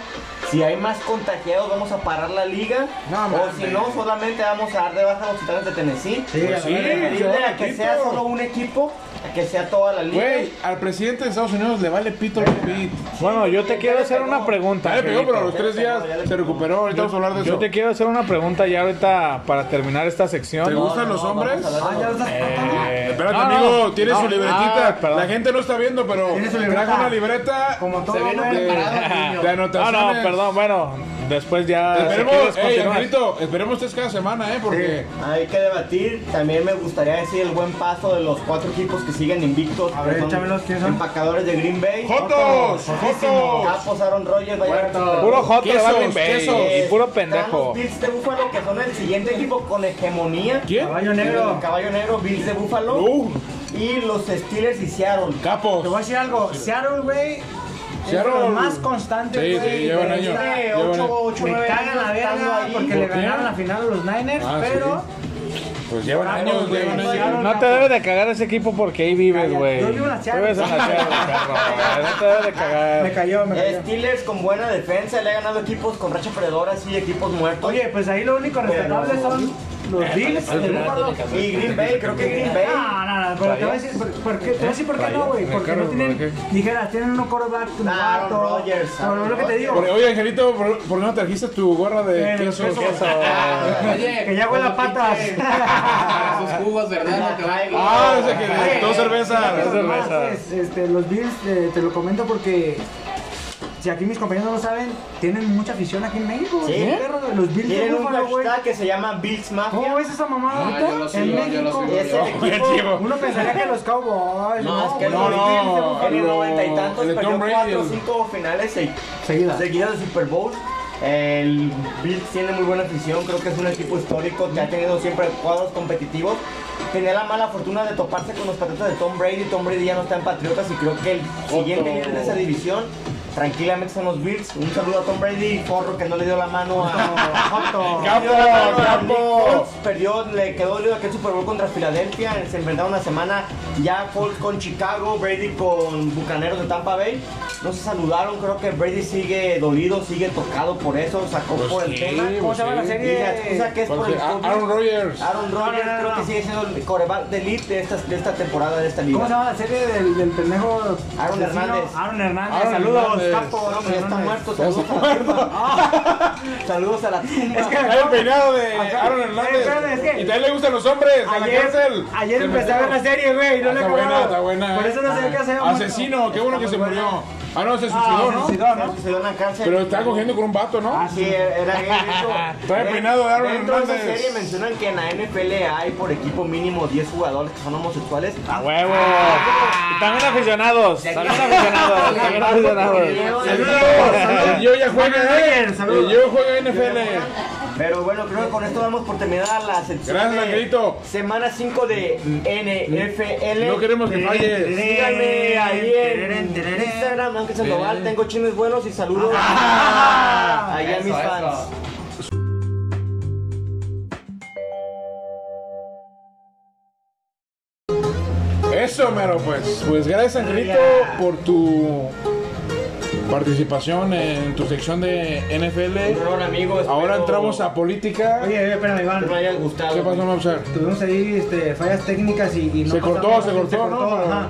S7: Si hay más contagiados, vamos a parar la liga.
S4: No,
S7: o si
S4: mames.
S7: no, solamente vamos a dar de baja a los titanes de Tennessee.
S4: Pues sí, yo
S7: Preferible a que
S4: repito.
S7: sea solo un equipo, a que sea toda la liga.
S4: Güey, al presidente de Estados Unidos le vale pito el COVID.
S3: Bueno, yo te quiero hacer una pregunta.
S4: Ya le pegó, pero a
S3: Angelito.
S4: los tres días se recuperó. Ahorita vamos a hablar de eso.
S3: Yo te quiero hacer una pregunta ya ahorita para terminar esta
S4: ¿Te
S3: sección.
S4: gustan los hombres?
S5: Ah, ya los
S3: Eh,
S4: Espérate,
S3: no, no,
S4: amigo, tiene
S3: no,
S4: su libretita.
S3: ah, perdón.
S4: la gente no está viendo, pero
S5: Tiene su libreta.
S4: trajo una libreta
S5: Como todo, güey.
S4: de, de
S3: No,
S4: anotaciones.
S3: no, perdón, bueno, después ya. si
S4: Esperemos,
S3: quieres,
S4: ey,
S3: continúas.
S4: Angelito, esperemos tres cada semana, ¿eh? Porque
S7: Hay que debatir. También me gustaría decir el buen paso de los cuatro equipos que siguen invictos.
S5: A ver,
S7: que son
S5: échamelos, ¿quiénes son?
S7: Empacadores de Green Bay.
S4: ¡Jotos! ¡Jotos!
S7: Capos, Aaron Rodgers, Bayern.
S3: Puro Joto le va a Green
S4: Quesos, quesos.
S3: Bay y puro pendejo.
S7: Bills de Búfalo, que son el siguiente equipo con hegemonía.
S4: ¿Quién?
S5: Caballo negro.
S7: Caballo Negro, Bills de Búfalo.
S4: Uh,
S7: Y los Steelers y Seattle.
S5: Te voy a
S4: capos.
S5: decir algo, Seattle, güey, es
S4: Seattle.
S5: lo más constante,
S4: Sí,
S5: güey.
S4: sí, llevan años.
S5: Me
S7: Tiene
S4: Llevan-
S7: ocho, ocho, nueve
S5: cagan la
S7: años estando
S5: verga
S7: ahí.
S5: porque
S4: ¿Por
S5: le
S4: qué?
S5: ganaron la final a los Niners,
S4: Ah, sí.
S5: pero...
S4: Pues llevan años,
S5: güey,
S4: llevan años.
S5: Seattle,
S3: No te debe de cagar ese equipo porque ahí vives,
S5: Cállate,
S3: güey.
S5: yo
S3: Tú
S5: vivo en la Seattle.
S3: vives en la Seattle, perro, güey, No te debe de
S5: Me
S3: cagar.
S5: cayó, me
S7: Eh,
S5: cayó.
S7: Steelers con buena defensa, le ha ganado equipos con racha perdedoras y equipos muertos.
S5: Oye, pues ahí lo único respetable son
S7: eh,
S5: los Bills de Búfalo.
S7: Y Green Bay, creo que Green Bay.
S5: No, no, no, pero te voy a decir por, por qué, te voy a decir por qué no, güey. Porque no tienen, dijeras, tienen un quarterback, un
S7: Ah,
S5: vato.
S7: Aaron Rodgers,
S5: Pero
S7: Aaron
S5: lo que te digo,
S4: Por- Oye, Angelito, ¿por, por qué no trajiste tu gorra de
S5: Eh, de
S4: quesos?
S5: quesos. que ya huele a patas.
S4: Ah, ese que dos cervezas.
S5: Pero
S3: Eso es
S5: nomás,
S3: reza.
S5: es, este, los Bills, eh, te lo comento porque si aquí mis compañeros no lo saben, tienen mucha afición aquí en México. güey.
S7: ¿Sí?
S5: Perro, güey, Los Bills de
S7: Tienen un
S5: Búfalo, güey.
S7: hashtag que se llama Bills Mafia.
S5: ¿Cómo ves esa mamada ahorita? en México.
S7: Es el equipo-
S5: Uno pensaría que los Cowboys.
S7: No, es que
S4: No,
S7: los
S4: no,
S7: Bills en el
S4: lo-
S7: noventa y tantos
S4: el de
S7: perdió
S4: Tom Brady,
S7: cuatro o
S4: el-
S7: cinco finales se-
S5: Seguida.
S7: seguidas de Super Bowl. El Bills tiene muy buena afición, creo que es un equipo histórico que ha tenido siempre cuadros competitivos. Tenía la mala fortuna de toparse con los Patriotas de Tom Brady. Tom Brady ya no está en Patriotas y creo que el siguiente líder de esa división tranquilamente son los Bills. Un saludo a Tom Brady, forro que no le dio la mano a
S5: Joto.
S4: Capo, capo.
S7: Colts perdió, le quedó dolido aquel Super Bowl contra Filadelfia, se enfrentaron una semana ya Colts con Chicago, Brady con Bucaneros de Tampa Bay, no se saludaron, creo que Brady sigue dolido, sigue tocado por eso, sacó por el tema.
S5: ¿Cómo se llama la
S7: Y la excusa
S5: serie?
S7: que es por el
S4: Porque a-
S7: COVID.
S4: Aaron Rodgers.
S7: Aaron Rodgers
S5: No, no, no,
S7: creo que
S5: no.
S7: sigue siendo el coreback de elite de esta, de esta temporada de esta
S5: ¿Cómo se
S7: liga.
S5: llama la serie del, del pendejo?
S7: Aaron
S5: vecino?
S7: Hernández.
S5: Aaron Hernández,
S4: Aaron
S5: saludos.
S4: Hernández.
S7: Capo, no, pues ya está muerto. Saludos a la tumba. Saludos a la tumba.
S5: Es que
S4: Hay el peinado de Aaron Hernández.
S5: espérame, es que-
S4: Y también le gustan los hombres. en la
S5: Ayer,
S4: cárcel.
S5: ayer
S4: Se
S5: empecé a ver
S4: metió.
S5: la serie, güey, y no
S4: Ah,
S5: le
S4: está buena, está buena,
S5: Por
S4: eh.
S5: eso no sé qué hacer.
S4: Asesino, qué bueno que se murió. Ah, no, se suicidó, ¿no?
S5: ¿no?
S11: Se dio en la cárcel.
S4: Pero está cogiendo con un vato, ¿no?
S11: Así era gay, de hecho.
S4: Trae peinado de Aaron
S11: Dentro de esa
S4: Hernández.
S11: serie mencionan que en la NFL hay por equipo mínimo 10 jugadores que son homosexuales.
S3: ¡A huevo! Y también aficionados. También aficionados. También aficionados.
S4: El yo ya juega, ¿eh? El
S5: saludos.
S4: yo juega NFL.
S11: Pero bueno, creo que con esto damos por terminada la sección.
S4: Gracias,
S11: de
S4: Angelito.
S11: Semana 5 de NFL.
S4: No queremos que falles.
S11: Síganme ahí en Instagram, aunque Sandoval. Tengo chismes buenos y saludos
S4: Ah.
S11: ahí a mis fans.
S4: Eso, mero, pues. Pues gracias, Angelito, por tu participación en tu sección de NFL.
S11: Perdón, amigos.
S4: Ahora
S11: espero
S4: entramos a política.
S5: Oye, oye, espérame,
S11: que
S5: Iván.
S11: No haya gustado.
S4: ¿Qué pasó, Mauser?
S5: Tuvimos ahí este, fallas técnicas y, y no
S4: Se cortó,
S5: pasamos,
S4: se cortó, ¿no?
S5: ajá.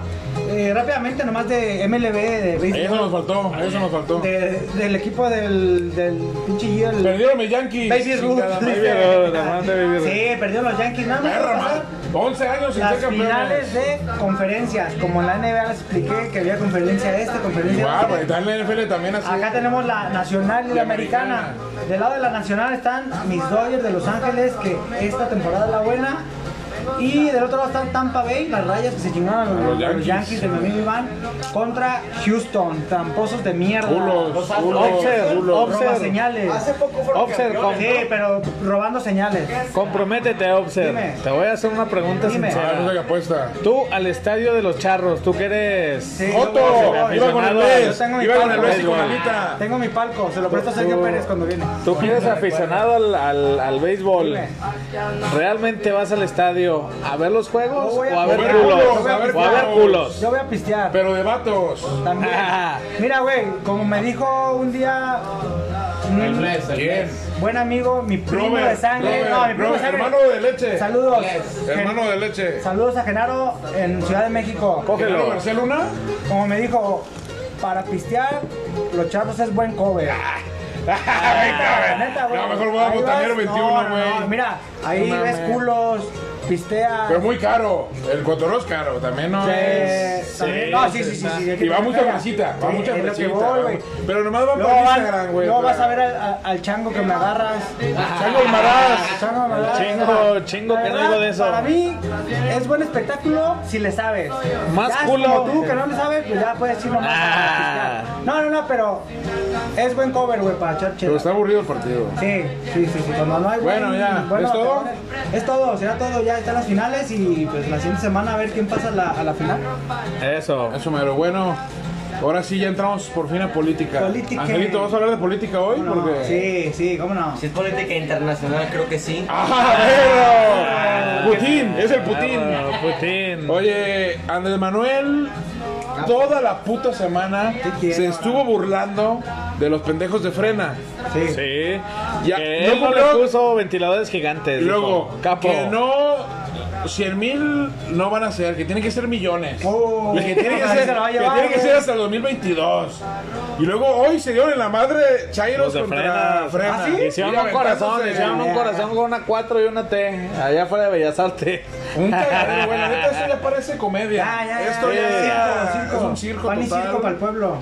S5: Eh, rápidamente, nomás de MLB, de
S4: Eso nos
S5: béisbol,
S4: faltó, eso nos faltó.
S5: de- del equipo del, del pinche Gio, el
S4: Perdieron mis Yankees.
S5: Baby Ruth.
S4: Chingada madre.
S5: Sí, perdió los Yankees, ¿no?
S4: Perra madre. 11 años sin ser
S5: Las
S4: campeones.
S5: finales de conferencias, como la NBA les expliqué que había conferencia esta, conferencia
S4: Igual,
S5: esta.
S4: pues, está en la NFL también así.
S5: Acá tenemos la nacional y la americana. Del lado de la nacional están mis Dodgers de Los Ángeles, que esta temporada es la buena. Y del otro lado están Tampa Bay, las rayas que se chingaron a los, a los Yankees de mi amigo Iván, contra Houston, tramposos de mierda.
S4: Culos,
S5: Los
S4: culos,
S5: Astros,
S3: culos.
S5: roba señales.
S11: Hace poco fueron
S3: Offset,
S11: campeones,
S5: Sí, pero robando señales.
S3: Comprométete,
S5: Dime.
S3: Obser. Te voy a hacer una pregunta
S5: Dime.
S4: Ah, no sé qué
S3: sincera.
S4: apuesta.
S3: Tú al estadio de los charros, tú que eres.
S5: Sí, yo voy a
S4: Otto,
S5: hacer-
S4: iba con el
S3: aficionado,
S4: Luis,
S5: yo tengo mi
S4: iba con el
S5: palco.
S4: Luis y con Alita.
S5: Tengo mi palco, se lo presto a Sergio Pérez cuando viene.
S3: Tú que eres aficionado al, al, al béisbol,
S5: Dime.
S3: ¿realmente vas al estadio a ver los juegos
S5: Yo voy a-
S3: o a ver
S5: yo voy a-
S3: culos?
S5: yo voy a-
S3: O a ver culos.
S5: Yo voy a pistear.
S4: Pero de vatos.
S5: También.
S3: Ah.
S5: Mira, güey, como me dijo un día un
S4: ¿Quién?
S5: buen amigo, mi primo
S4: Robert,
S5: de sangre,
S4: Robert,
S5: no, mi primo de
S4: Robert,
S5: sangre.
S4: hermano de leche.
S5: Saludos. Gen-
S4: Hermano de leche.
S5: Saludos a Genaro en Ciudad de México.
S4: ¿Genaro
S3: Cógelo.
S4: García Luna?
S5: Como me dijo, para pistear, los charros es buen cover. La neta, güey.
S4: Ah. No, mejor voy a
S5: Ahí
S4: Botanero
S5: vas-
S4: 21,
S5: no,
S4: güey.
S5: no, no, Mira, ahí
S4: No
S5: ves
S4: mames.
S5: culos, pisteas.
S4: Pero muy caro. El cotorro es caro, también no
S5: eh,
S4: es.
S5: también- no, sí, sí, sí, sí,
S4: Y va mucha
S5: grasita,
S4: grasita, va mucha grasita. va mu- Pero nomás va
S5: Luego,
S4: por
S5: van-
S4: Instagram, güey.
S5: luego vas
S4: para-
S5: a ver al, al- al chango que me agarras.
S4: Chango Almaraz.
S5: Chango me agarras.
S3: Chingo, chingo
S5: La
S3: que
S5: verdad,
S3: digo de eso.
S5: Para mí es buen espectáculo si le sabes.
S3: Más
S5: Ya,
S3: culo.
S5: Como tú que no le sabes, pues ya puedes decirlo más.
S3: Ah.
S5: No, no, no, pero es buen cover, güey, para echar chela.
S4: Pero está aburrido el partido.
S5: Sí, sí, sí, sí. Cuando no hay buen-
S4: Bueno, ya,
S5: buenos
S4: ¿es todo?
S5: bateadores. Es todo, será todo. Ya están las finales y pues la siguiente semana a ver quién pasa a la, a la final.
S3: Eso.
S4: Eso, pero bueno. Ahora sí ya entramos por fin a política.
S5: Política.
S4: Angelito, ¿vas a hablar de política hoy?
S5: ¿Cómo no?
S4: Porque...
S5: Sí, sí, cómo no.
S11: Si es política internacional, creo que sí.
S4: ¡Ah, pero! Putin, es el Putin.
S3: Ah, Putin.
S4: Oye, Andrés Manuel, toda la puta semana
S5: ¿Qué quiere,
S4: se
S5: ahora?
S4: estuvo burlando de los pendejos de frena.
S5: Sí.
S3: Sí.
S4: Ya,
S3: que
S4: no
S3: él no le
S4: cumplió.
S3: puso ventiladores gigantes.
S4: Y luego,
S3: dijo. capo.
S4: que no, 100 mil no van a ser, que tienen que ser millones.
S5: Oh,
S4: Y que tiene que
S5: ahí
S4: ser,
S5: se la va a
S4: que
S5: llevar,
S4: tiene que
S5: güey.
S4: ser hasta el 2022. Y luego hoy se dieron en la madre Chairos
S3: Los de
S4: contra
S3: Frena.
S4: Frena.
S3: Ah, ¿sí? Hicieron
S4: Y
S3: un corazón,
S4: aventándose
S3: hicieron un corazón con una 4 y una T. Allá afuera de Bellas Artes.
S4: Un cagadero, güey. La neta, esto ya parece comedia.
S5: Ya, ya, ya,
S4: esto Ah, ya,
S5: ya,
S4: ya
S5: circo, circo.
S4: es un circo
S5: Pan y
S4: total.
S5: circo para el pueblo.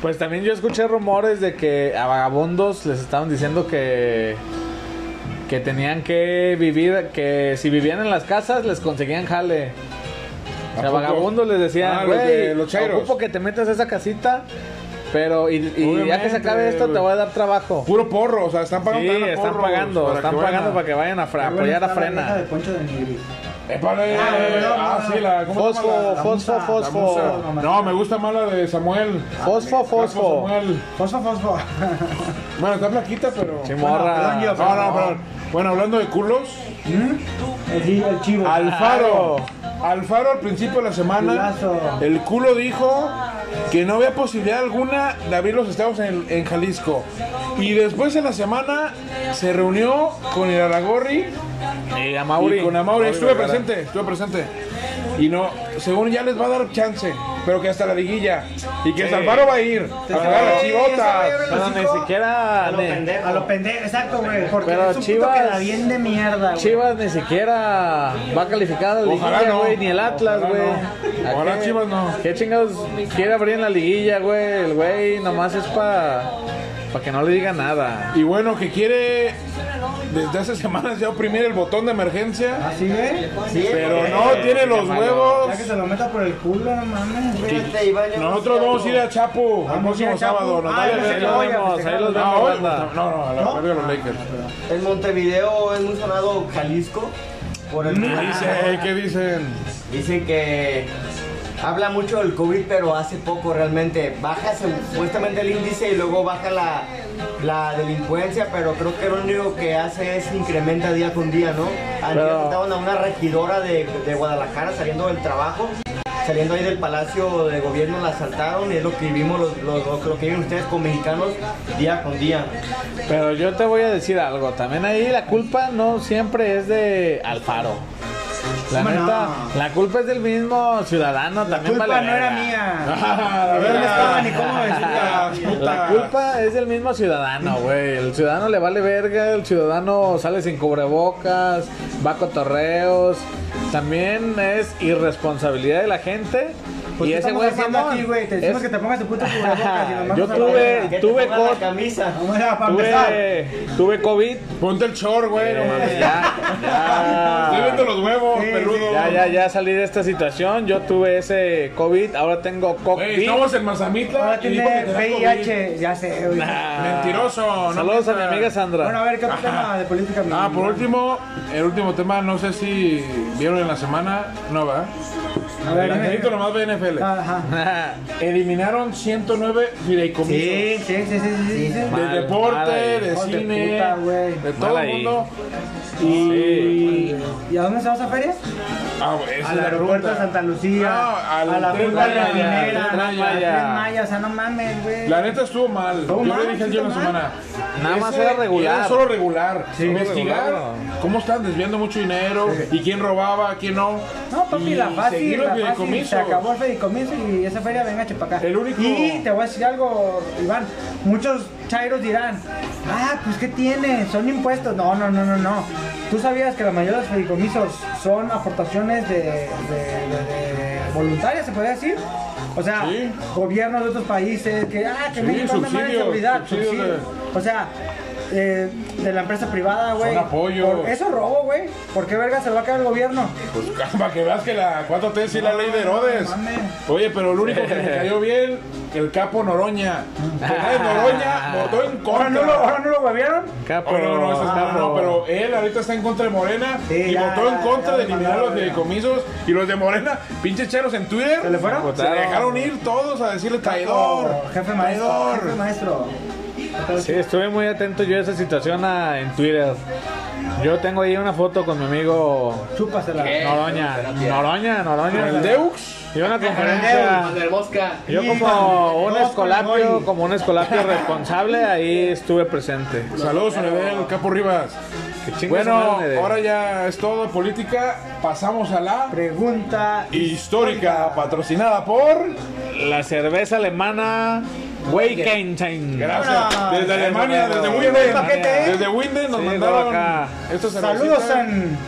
S3: Pues también yo escuché rumores de que a vagabundos les estaban diciendo que que tenían que vivir, que si vivían en las casas les conseguían jale. O sea,
S4: ¿A poco?
S3: vagabundos les
S4: Ah,
S3: decían,
S4: los de
S3: güey,
S4: los chairos".
S3: ocupo que te metas a esa casita, pero y, y ya que se acabe
S4: Obviamente,
S3: esto te
S4: güey.
S3: voy a dar trabajo.
S4: Puro porro, o sea, están
S3: Sí,
S4: pagando. tan a
S3: están
S4: porros
S3: pagando,
S4: para
S3: están
S4: que
S3: pagando
S4: vayan
S3: para que vayan a fra-
S5: Qué buena
S3: apoyar a
S5: está la vieja de
S3: frena.
S5: Poncho de Nigris.
S4: Épale,
S5: Ah, no, no, no,
S4: ah,
S5: no.
S4: sí, la. ¿cómo se llama
S3: Fosfo,
S4: la-
S3: fosfo,
S5: musa,
S4: la musa?
S3: fosfo.
S4: No, me gusta más la de Samuel.
S3: Fosfo, fosfo.
S4: Samuel.
S5: Fosfo, fosfo.
S4: Bueno, está flaquita, pero.
S3: Chimorra.
S5: Perdón, yo,
S4: No, no, perdón. Bueno, hablando de culos,
S5: El, chi- el chivo.
S4: Ah, Alfaro. Alfaro al principio de la semana,
S5: Culazo.
S4: el culo dijo que no había posibilidad alguna de abrir los estados en, en Jalisco. Y después en la semana se reunió con el Aragorri
S3: Y a Mauri.
S4: y con Amauri. Estuve
S3: Vergara.
S4: presente, estuve presente. Y no, según ya les va a dar chance. pero que hasta la liguilla. Y que
S3: Sí.
S4: Alfaro va a ir. A jugar a las
S5: Sí, ese
S4: chivotas.
S5: güey,
S3: Pero ni siquiera.
S11: A lo
S3: ni-
S11: pendejo.
S5: A los pendejos, exacto, güey. Porque
S3: Pero
S5: es un
S3: Chivas-
S5: puto queda bien de mierda, güey.
S3: Chivas ni siquiera va a calificar a la
S4: Ojalá
S3: liguilla,
S4: no.
S3: güey, ni el Atlas,
S4: Ojalá
S3: güey.
S4: no.
S3: ¿A
S4: Ojalá
S3: qué-
S4: Chivas no.
S3: ¿Qué chingados quiere abrir en la liguilla, güey? El güey nomás es para que no le diga nada.
S4: Y bueno, que quiere desde hace semanas ya oprimir el botón de emergencia.
S5: ¿Así, güey? Sí.
S4: Pero no tiene los huevos.
S5: Ya Ah, que se lo meta por el culo, no mames. güey.
S11: Espérate, Iván, yo no
S4: Nosotros
S11: sé
S4: vamos a ir a
S11: algo.
S4: Chapo el
S5: Vamos a ir
S4: próximo
S5: a Chapo.
S4: sábado. Nos
S5: Ah,
S4: vale
S5: yo sé
S4: verga.
S5: que voy a
S3: vemos,
S5: festejar.
S3: ahí los
S4: No,
S3: vemos,
S4: hoy-
S3: banda.
S4: no, no, a la
S5: ¿No?
S4: previa de los Lakers.
S11: En Montevideo es muy sonado Jalisco por el
S5: Ah.
S4: ¿Qué dice? ¿Qué dicen?
S11: Dicen que habla mucho del COVID, pero hace poco realmente. Baja supuestamente el índice y luego baja la, la delincuencia, pero creo que lo único que hace es incrementa día con día, ¿no? Ayer
S3: Pero-
S11: estaban a una regidora de, de Guadalajara saliendo del trabajo. Saliendo ahí del Palacio de Gobierno la asaltaron y es lo que vivimos los, los- lo, que viven ustedes con mexicanos día con día.
S3: Pero yo te voy a decir algo. También ahí la culpa no siempre es de Alfaro. La
S5: Hombre,
S3: neta,
S5: no.
S3: la culpa es del mismo ciudadano.
S5: La
S3: también
S5: culpa
S3: vale
S5: no era
S3: verga.
S5: mía.
S4: Ah, la
S5: Yo no
S4: verga.
S5: estaba ni cómo
S4: Ah,
S5: decirla.
S4: puta.
S3: La culpa es del mismo ciudadano, güey. El ciudadano le vale verga, el ciudadano sale sin cubrebocas, va a cotorreos. También es irresponsabilidad de la gente.
S5: Pues,
S3: y
S5: ¿qué
S3: ese
S5: estamos
S3: güey es
S5: haciendo
S3: mamón.
S5: aquí, güey? Te decimos
S3: Es-
S5: que te pongas tu puto cubrebocas y nos
S3: Yo
S5: mandamos a la
S3: tuve-
S5: verga.
S11: Que te
S3: Tuve
S11: pongan
S3: cor-
S11: la camisa.
S5: Vamos a para empezar.
S3: Tuve, tuve COVID.
S4: Ponte el chor, güey. No mames.
S3: Eh, ya,
S4: Estoy
S3: ya.
S4: viendo los huevos,
S5: Sí,
S4: peludo.
S3: Ya, ya, ya salí de esta situación. Yo tuve ese COVID, ahora tengo
S4: Güey,
S3: COVID.
S4: estamos en Mazamitla.
S5: Ahora
S4: y dijo que
S5: tiene
S4: tenía COVID.
S5: VIH, ya sé, güey.
S4: Mentiroso, no
S3: Saludos a mi
S4: mientas.
S3: amiga Sandra.
S5: Bueno, a ver, ¿qué otro tema de política? mi
S4: Ah, por
S5: amigo?
S4: último, el último tema, no sé si vieron en la semana, no va.
S5: A ver,
S4: El angelito
S5: dime.
S4: nomás ve NFL.
S5: Ajá.
S4: Eliminaron 109 fideicomisos.
S5: Sí, sí, sí, sí, sí, sí, sí.
S4: De
S3: Mal,
S4: deporte,
S3: mal ahí.
S4: de
S5: Hijos de
S4: cine,
S5: puta,
S4: de,
S5: güey.
S4: todo
S3: Mal
S4: el
S3: ahí.
S4: mundo.
S3: Sí.
S5: ¿Y a dónde se va esa feria?
S4: Ah, güey, esa
S5: Al
S4: es la
S5: aeropuerto de
S4: pregunta.
S5: Santa Lucía,
S4: No, al
S5: a la
S4: Tren
S5: punta de
S4: Maya,
S5: la minera,
S4: Tren
S5: a la
S4: Maya.
S5: Tren Maya, o sea, no mames, güey.
S4: La neta estuvo mal.
S5: Estuvo
S4: yo
S5: mal,
S4: le dije
S5: sí
S4: yo en la
S5: estuvo
S4: semana.
S3: Nada más
S4: Ese
S3: era regular.
S4: Era solo regular.
S3: Sí,
S4: Investigar
S3: regular.
S4: cómo están desviando mucho dinero y quién robaba, quién no.
S5: No, papi,
S4: Y
S5: la
S4: seguir
S5: fácil,
S4: los
S5: la fácil.
S4: fideicomisos.
S5: Se acabó el fideicomiso y esa feria venga a acá.
S4: El único-
S5: Y te voy a decir algo, Iván. Muchos chairos dirán, ah, pues ¿qué tiene? Son impuestos. No, no, no, no, no. ¿Tú sabías que la mayoría de los fideicomisos son aportaciones de, de- de- de voluntarias, se puede decir? O sea,
S4: Sí.
S5: gobiernos de otros países, que, ah, que
S4: Sí,
S5: México anda mal en
S4: subsidios,
S5: seguridad.
S4: subsidios de-
S5: subsidios. O sea... eh, de la empresa privada, güey.
S4: apoyos.
S5: Por- Eso es robo, güey. ¿Por qué verga se lo va a quedar el gobierno?
S4: Pues para que veas que la 4T sí la ley de Herodes.
S5: mames.
S4: Oye, pero el único que me cayó bien, el capo Noroña. Porque Noroña votó en
S5: Ahora
S4: contra.
S5: no lo, ahora no lo huevearon.
S3: Capo, Ah,
S4: Oh, no, no, ese está-
S3: capo.
S4: no, pero él ahorita está en contra de Morena
S5: Sí,
S4: y
S5: ya,
S4: votó en
S5: ya,
S4: contra
S5: ya
S4: de
S5: lo
S4: eliminar
S5: mandaron,
S4: los
S5: ya.
S4: fideicomisos y los de Morena, pinches cheros en Twitter,
S5: ¿Se le fueron?
S4: se
S3: Votaron.
S4: dejaron ir todos a decirle traidor,
S5: Oh, jefe maestro.
S4: traidor.
S5: Jefe maestro.
S3: Sí, estuve muy atento yo a esa situación ah, en Twitter. Yo tengo ahí una foto con mi amigo
S5: Chúpasela.
S3: Noroña. Noroña, Noroña.
S4: El Deux,
S3: Y una conferencia. Yo como un escolapio, como un escolapio responsable, ahí estuve presente.
S4: saludos a nivel, Capo Rivas.
S3: Que chingue
S4: Bueno,
S3: su madre de-
S4: ahora ya es todo de política, pasamos a la
S5: Pregunta.
S4: histórica patrocinada por
S3: la cerveza alemana Weikenten.
S4: Gracias. Desde Alemania,
S3: Gracias,
S4: desde
S3: Roberto.
S4: Winden.
S5: Paquete, ¿eh?
S4: Desde Winden nos
S3: Sí,
S4: mandaron
S3: acá.
S4: estos
S5: Saludos en.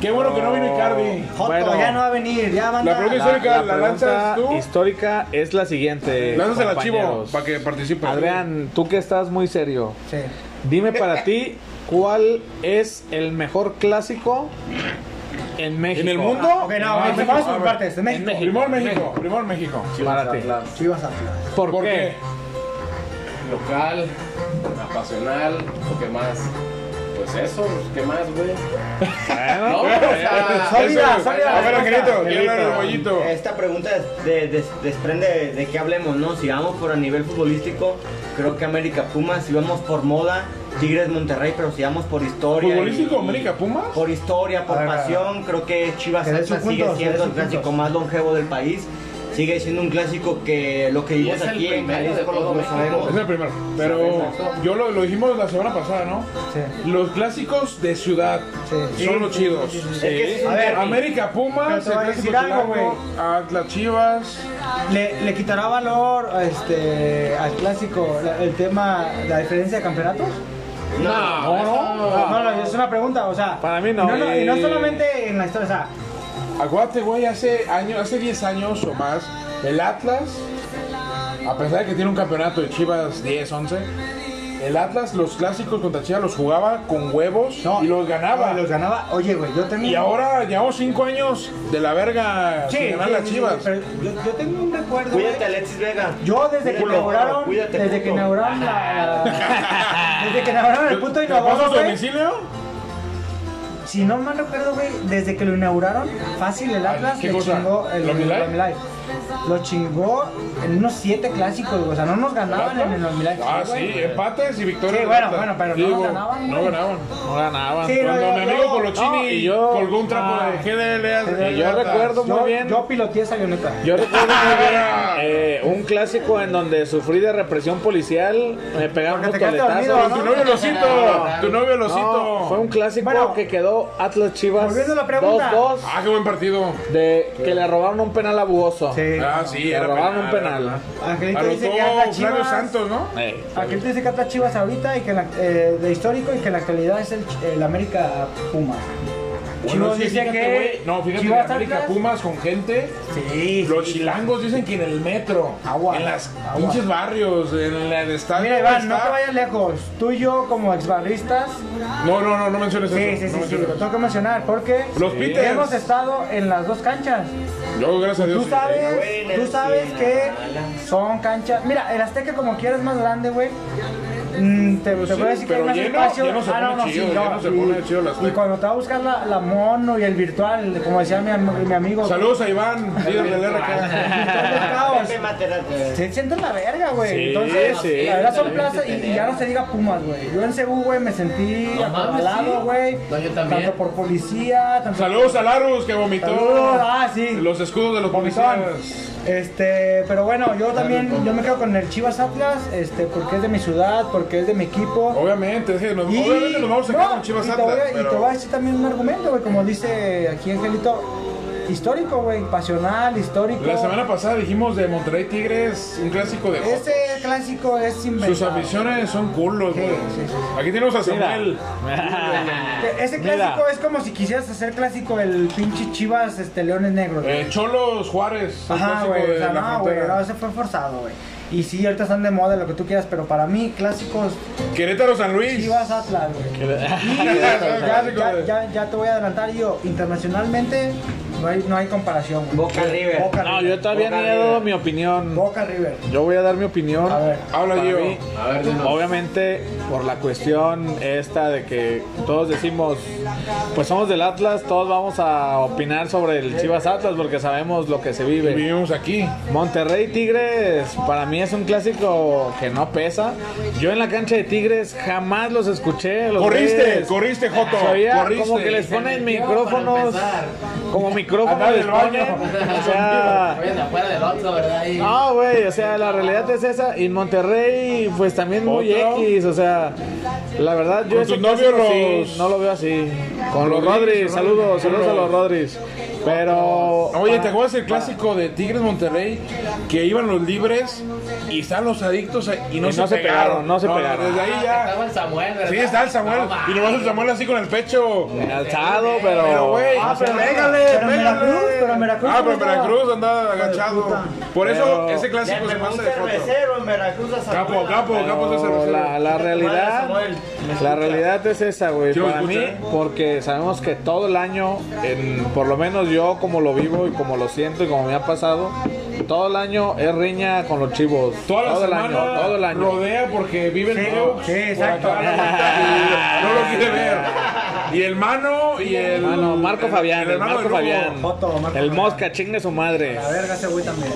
S4: Qué bueno que no vino Icardi.
S5: Joto,
S3: Bueno.
S5: ya no va a venir. Ya van
S4: La pregunta histórica la,
S3: pregunta
S4: lanzas tú.
S3: histórica es la siguiente.
S4: Lanzas el archivo
S3: compañeros.
S4: para que participe.
S3: Adrián, tú que estás muy serio,
S5: Sí.
S3: dime para ti cuál es el mejor clásico en México.
S4: ¿En el mundo?
S5: Ok, no, ok,
S4: México,
S5: vamos
S4: a
S5: por
S4: ver.
S5: partes. De México.
S3: México.
S4: Primor México. Primor México.
S3: Para ti.
S5: Chivas Atlas.
S3: ¿Por,
S4: ¿Por
S3: qué?
S4: qué?
S12: Local, apasional, ¿o ¿qué más? Pues eso, ¿qué más, güey?
S3: Bueno,
S12: No, o
S4: pues,
S12: sea,
S5: Sólida,
S4: Eso.
S5: sólida.
S4: ah, A ver,
S5: la respuesta.
S4: Angelito, quiero ver el bollito.
S11: Esta pregunta de- de- desprende de, de qué hablemos, ¿no? Si vamos por a nivel futbolístico, creo que América Pumas, si vamos por moda, Tigres Monterrey, pero si vamos por historia.
S4: ¿Futbolístico
S11: y-
S4: América Pumas?
S11: Por historia, por
S5: A ver, a ver.
S11: pasión, creo que Chivas
S5: Que dé
S11: Atlas
S5: sus
S11: sigue
S5: puntos, que dé
S11: siendo el
S5: sus
S11: clásico
S5: puntos.
S11: más longevo del país.
S7: sigue siendo un clásico que lo que
S12: Y
S7: vimos
S12: es el
S7: aquí en
S12: primero de
S7: Jalisco lo,
S12: todo
S7: lo
S12: México.
S7: sabemos.
S4: Es el primero. Pero yo lo, lo dijimos la semana pasada, ¿no? Los clásicos de ciudad son los chidos.
S7: Es que-
S5: A ver,
S4: América
S5: Pero
S4: Pumas,
S5: te voy a
S4: el clásico
S5: decir algo,
S4: chilango, Atlas Chivas.
S5: le, le quitará valor este, al clásico la- el tema, la diferencia de campeonatos.
S12: No,
S5: No, no, es una pregunta, o sea.
S3: Ah. Para mí no.
S5: Y no, y no
S4: Eh.
S5: solamente en la historia, o sea,
S4: Acuérdate, güey, hace años, hace 10 años o más, el Atlas, a pesar de que tiene un campeonato de Chivas 10, 11, el Atlas los clásicos contra Chivas los jugaba con huevos
S5: No.
S4: y los ganaba.
S5: los ganaba. Oye, güey, yo tengo.
S4: Ah, Y ahora llevamos 5 años de la verga
S5: Sí,
S4: sin ganar las
S5: sí, sí,
S4: Chivas.
S5: sí, pero yo, yo tengo un recuerdo. güey.
S7: Cuídate, Alexis Vega.
S5: Yo desde que
S7: Culo.
S5: inauguraron,
S7: Cuídate,
S5: desde que
S7: puto.
S5: inauguraron la, desde que inauguraron el puto
S4: ¿Te paso
S5: innovador,
S4: su
S5: güey.
S4: domicilio?
S5: Si no mal recuerdo, güey, desde que lo inauguraron, fácil el Atlas
S4: ¿qué
S5: le
S4: cosa?
S5: chingó el
S4: ¿Omnilife?
S5: Omnilife. Lo chingó en unos siete clásicos, güey. O sea, no nos ganaban en el Omnilife.
S4: Ah,
S5: güey.
S4: sí, empates y victorias. del
S5: Sí, bueno,
S4: Atlas.
S5: bueno, pero no ganaban,
S4: No
S5: güey.
S4: ganaban.
S3: No ganaban.
S5: Sí, no,
S4: Cuando
S5: yo-
S4: mi
S5: yo-
S4: amigo Polochini
S3: no, y yo-
S4: colgó un trapo
S3: ah,
S4: de GDL.
S3: y yo recuerdo muy
S5: Yo,
S3: bien.
S5: yo piloteé esa avioneta.
S3: Yo recuerdo muy bien, eh, un clásico en donde sufrí de represión policial, me pegaron
S5: Porque
S3: unos
S5: te quedaste
S3: toletazos.
S5: dormido,
S4: Tu novio Losito, tu novio Losito.
S3: No, fue un clásico
S5: Bueno,
S3: que quedó Atlas Chivas
S5: volviendo a la pregunta.
S3: 2-2
S4: Ah, qué buen partido.
S3: de que le robaron un penal a Buoso.
S5: Sí.
S4: Ah, sí,
S3: Le
S4: era
S3: robaron un penal.
S5: Angelito dice que anda
S4: Anotó Flavio
S5: Chivas.
S4: Santos, ¿no?
S3: Eh,
S5: Angelito dice que anda Chivas ahorita y que en la, eh, de histórico y que en la actualidad es el, el América Puma.
S4: Bueno, sí,
S5: dice
S4: fíjate,
S5: que
S4: güey. No, fíjate, que
S5: Chivas
S4: América
S5: Atlas.
S4: Pumas con gente.
S5: Sí.
S4: Los chilangos dicen que en el metro,
S5: Agua,
S4: en las
S5: agua.
S4: pinches barrios, en el estadio.
S5: Mira, Iván, no
S4: está-
S5: te vayas lejos. Tú y yo, como exbarristas,
S4: No, no, no, no menciones
S5: sí,
S4: eso. no
S5: sí, sí, sí,
S4: menciones
S5: lo
S4: eso.
S5: tengo que mencionar porque
S4: Los Peters.
S5: hemos estado en las dos canchas.
S4: Yo, gracias a Dios.
S5: Tú sabes,
S7: Buena,
S5: tú sabes
S7: sí,
S5: que
S7: mala.
S5: son canchas. Mira, el Azteca, como quieras, más grande, güey. Mm, te, te
S4: sí,
S5: voy a decir que hay
S4: pero
S5: más
S4: lleno,
S5: espacio.
S4: lleno se
S5: Ah, no,
S4: pone
S5: no,
S4: chido,
S5: sí, no,
S4: lleno se
S5: y-
S4: pone chido el
S5: Y
S4: Azteca.
S5: cuando te va a buscar la, la mono y el virtual, como decía mi, am- mi amigo.
S4: Saludos a Iván, líder del
S5: Virtual
S4: RK.
S11: Ah,
S5: del caos.
S7: Pepe Materazzi.
S5: Se siente la verga, güey.
S3: Sí,
S5: Entonces,
S3: sí,
S5: la verdad son
S12: sí,
S5: plazas
S12: sí,
S5: y,
S12: sí.
S5: y ya no se diga Pumas, güey. Yo en Cebu, güey, me sentí
S12: No mames,
S5: acorralado,
S12: sí.
S5: güey.
S12: No, yo también.
S5: Tanto por policía, tanto
S4: Saludos a Larus, que vomitó.
S5: Saludos, ah, sí.
S4: Los escudos de los
S5: Pomisón.
S4: policías.
S5: Este, pero bueno, yo también, yo me quedo con el Chivas Atlas, este, porque es de mi ciudad, porque es de mi equipo.
S4: Obviamente, es que nos,
S5: Y,
S4: obviamente nos vamos a quedar
S5: no,
S4: con Chivas
S5: y te voy a-
S4: Atlas.
S5: y
S4: pero-
S5: te voy a decir también un argumento, güey, como dice aquí Angelito, histórico, güey, pasional, histórico.
S4: La semana pasada dijimos de Monterrey Tigres, un clásico de
S5: Ese clásico es inventado.
S4: Sus aficiones son culos, güey.
S5: sí, sí,
S4: Aquí tenemos a
S3: mira.
S4: Samuel.
S5: Que Ese
S3: Mira.
S5: clásico es como si quisieras hacer clásico el pinche Chivas este Leones Negros. güey.
S4: Eh, Cholos Juárez. un
S5: Ajá,
S4: clásico
S5: güey.
S4: de
S5: O sea,
S4: la
S5: no, güey.
S4: frontera.
S5: No, ese fue forzado, güey. Y sí, ahorita están de moda lo que tú quieras, pero para mí, clásicos
S4: Querétaro San Luis.
S5: Chivas Atlas, güey. Y ya,
S4: Clásico,
S5: ya-
S4: güey.
S5: ya- ya te voy a adelantar yo. Internacionalmente no hay, no hay comparación, güey.
S7: Boca River.
S5: Boca
S3: no,
S5: River.
S3: yo todavía no he dado mi opinión.
S5: Boca River.
S3: Yo voy a dar mi opinión.
S5: A ver.
S4: Habla
S3: Para
S4: yo.
S3: mí,
S12: A ver, dinos.
S3: Obviamente, por la cuestión esta de que todos decimos, pues somos del Atlas, todos vamos a opinar sobre el Chivas Atlas porque sabemos lo que se vive.
S4: Vivimos aquí.
S3: Monterrey Tigres, para mí es un clásico que no pesa. Yo en la cancha de Tigres jamás los escuché. Los
S4: Corriste,
S3: güeyes.
S4: corriste, Joto.
S3: Se oía
S4: corriste.
S3: como que les ponen micrófonos, como micrófonos
S4: Andaba en
S3: les
S4: el baño.
S3: ponen. O sea,
S12: Oye, de afuera del Oxxo, ¿verdad? Ahí.
S3: no, güey, o sea, la realidad es esa. Y Monterrey, pues también muy
S4: ¿Otro?
S3: X, o sea, la verdad, yo
S4: Con
S3: ese
S4: tus novios
S3: clásico
S4: los-
S3: sí, no lo veo así. Con los
S4: Rodríguez,
S3: Rodríguez, saludos,
S4: Rodríguez.
S3: saludos a los Rodríguez. Pero.
S4: Oye,
S5: Ah.
S4: ¿te
S3: para-
S4: acuerdas el clásico de Tigres Monterrey? Que iban los libres y están los adictos y no,
S3: Y
S4: se,
S3: no se
S4: pegaron.
S3: pegaron, no se pegaron.
S4: Desde ahí ya.
S12: Estaba el Samuel, ¿verdad?
S4: Sí, está el Samuel.
S12: No,
S4: Y nomás el Samuel así con el pecho.
S3: Alzado, pero.
S4: Pero, güey.
S5: Ah, pero
S4: pégale,
S5: pero en
S4: pégale.
S5: Veracruz, pero en Veracruz.
S4: Ah, pero en
S5: ¿cómo estaba?
S4: Veracruz andaba agachado.
S5: puta.
S4: Por eso
S3: Pero-
S4: ese
S7: Ya
S4: clásico
S7: me
S4: se pasa
S7: gusta
S4: de
S7: el
S4: foto.
S7: mesero en Veracruz a San
S4: Capo,
S7: Juan.
S4: capo, capo de
S3: Pero la,
S4: cervecero.
S3: la realidad
S7: Samuel, me escucha.
S3: la realidad es esa güey
S4: Sí, me
S3: para mí
S4: escucha, ¿eh?
S3: porque sabemos que todo el año en, por lo menos yo como lo vivo y como lo siento y como me ha pasado todo el año es riña con los chivos
S4: Toda la
S3: todo el
S4: semana
S3: año todo el año
S4: rodea porque vive el
S5: Sí,
S4: Deux
S5: sí,
S4: por
S5: exacto.
S4: acá, no lo quiere ver. Y el mano y el
S3: Ah, no, Marco
S4: el-
S3: Fabián,
S4: el
S3: el,
S4: hermano
S3: Marco
S4: del Rubo.
S3: Fabián,
S5: Joto, Marco
S3: el
S5: Fabián.
S3: Mosca, chingue su madre.
S5: La verga ese güey también.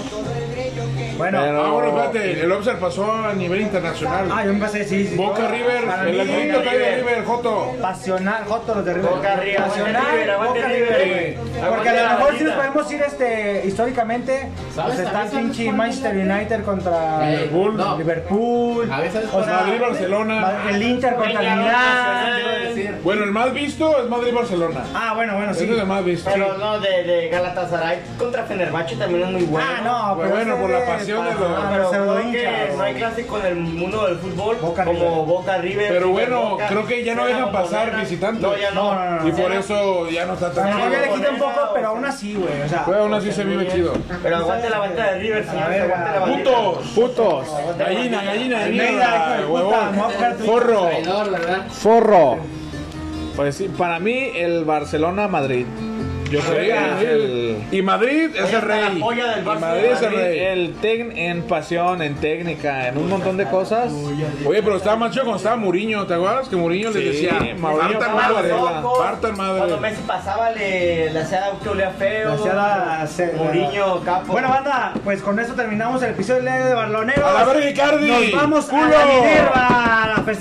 S5: Bueno,
S4: Ah,
S5: ah,
S4: bueno, espérate, el Obser pasó a nivel internacional.
S5: yo me pasé, sí. sí.
S4: Boca River,
S5: Para
S4: el
S5: mí,
S4: grito cae de
S5: River.
S4: River, Joto.
S5: Pasional, Joto, los de River.
S7: Boca River, aguante
S5: Pasional,
S7: River, aguante
S5: Boca
S7: River.
S5: River.
S7: Sí.
S5: Porque a
S7: Aguante la
S5: lo mejor si
S7: rayita.
S5: nos podemos ir este, históricamente,
S12: ¿Sabes?
S5: pues está el
S12: ¿Sabes?
S5: pinche
S12: ¿Sabes?
S5: Manchester United contra
S12: Ey,
S5: Liverpool.
S12: Eh, no.
S5: Liverpool.
S12: A veces
S5: O sea,
S4: Ah, Madrid, Barcelona.
S5: El Inter contra el Milán.
S4: Bueno, el más visto es Madrid-Barcelona.
S5: Ah, bueno, bueno,
S4: Ese
S5: sí.
S4: es el más visto.
S7: Pero no, de, de Galatasaray contra Fenerbahce también es muy bueno.
S5: Ah, no,
S4: Bueno,
S5: pero
S4: bueno,
S5: ese
S4: por la
S5: es
S4: pasión de los-
S5: Barcelona,
S7: Pero
S5: pseudo
S7: creo
S5: hincha,
S7: que
S5: bro.
S7: no hay clásico en el mundo del fútbol
S5: Boca
S7: como
S5: River.
S7: Boca River.
S4: Pero
S7: River
S4: bueno,
S7: Boca,
S4: creo que ya no
S7: River
S4: dejan
S7: Bombonera.
S4: pasar visitantes.
S7: No, ya no.
S5: No, no, no,
S4: Y por eso ya no está
S5: A lo
S4: tan
S5: mejor ya le
S4: chido.
S5: quita un poco, pero aún así, güey. O sea,
S4: Pero aún así se vive chido.
S7: Pero aguante la banda de River,
S5: A
S7: señor.
S5: ver,
S7: Aguante la
S5: a-
S7: bandita.
S4: Putos,
S1: Putos,
S4: gallina, gallina, de
S5: Almeida, hijo
S4: mierda,
S5: de puta, me voy a pegar
S4: huevón,
S5: tu-
S4: forro.
S12: Traidor, ¿verdad?
S1: forro.
S3: Pues sí, para mí el Barcelona-Madrid. Yo creo que es el...
S4: Y Madrid es
S7: Ahí
S4: el
S7: está la
S4: rey.
S7: joya del
S4: Y
S7: Barça.
S4: Madrid es el
S3: Madrid,
S4: rey.
S3: el tec- en pasión, en técnica, en un montón de cosas.
S4: Oye, pero estaba más chido cuando estaba Muriño, ¿te acuerdas? Que Muriño les
S3: Sí,
S4: decía,
S3: Mourinho
S4: partan
S3: estaba
S4: madre,
S7: loco.
S4: partan
S7: Cuando
S4: madre.
S7: Messi pasaba, le, le hacía que olía feo.
S5: Le hacía la- se-
S7: Mourinho, capo.
S5: Bueno, banda, pues con eso terminamos el episodio de Barloneros.
S4: A la verga, Icardi.
S5: Nos vamos
S4: Culo.
S5: a la Minerva, a la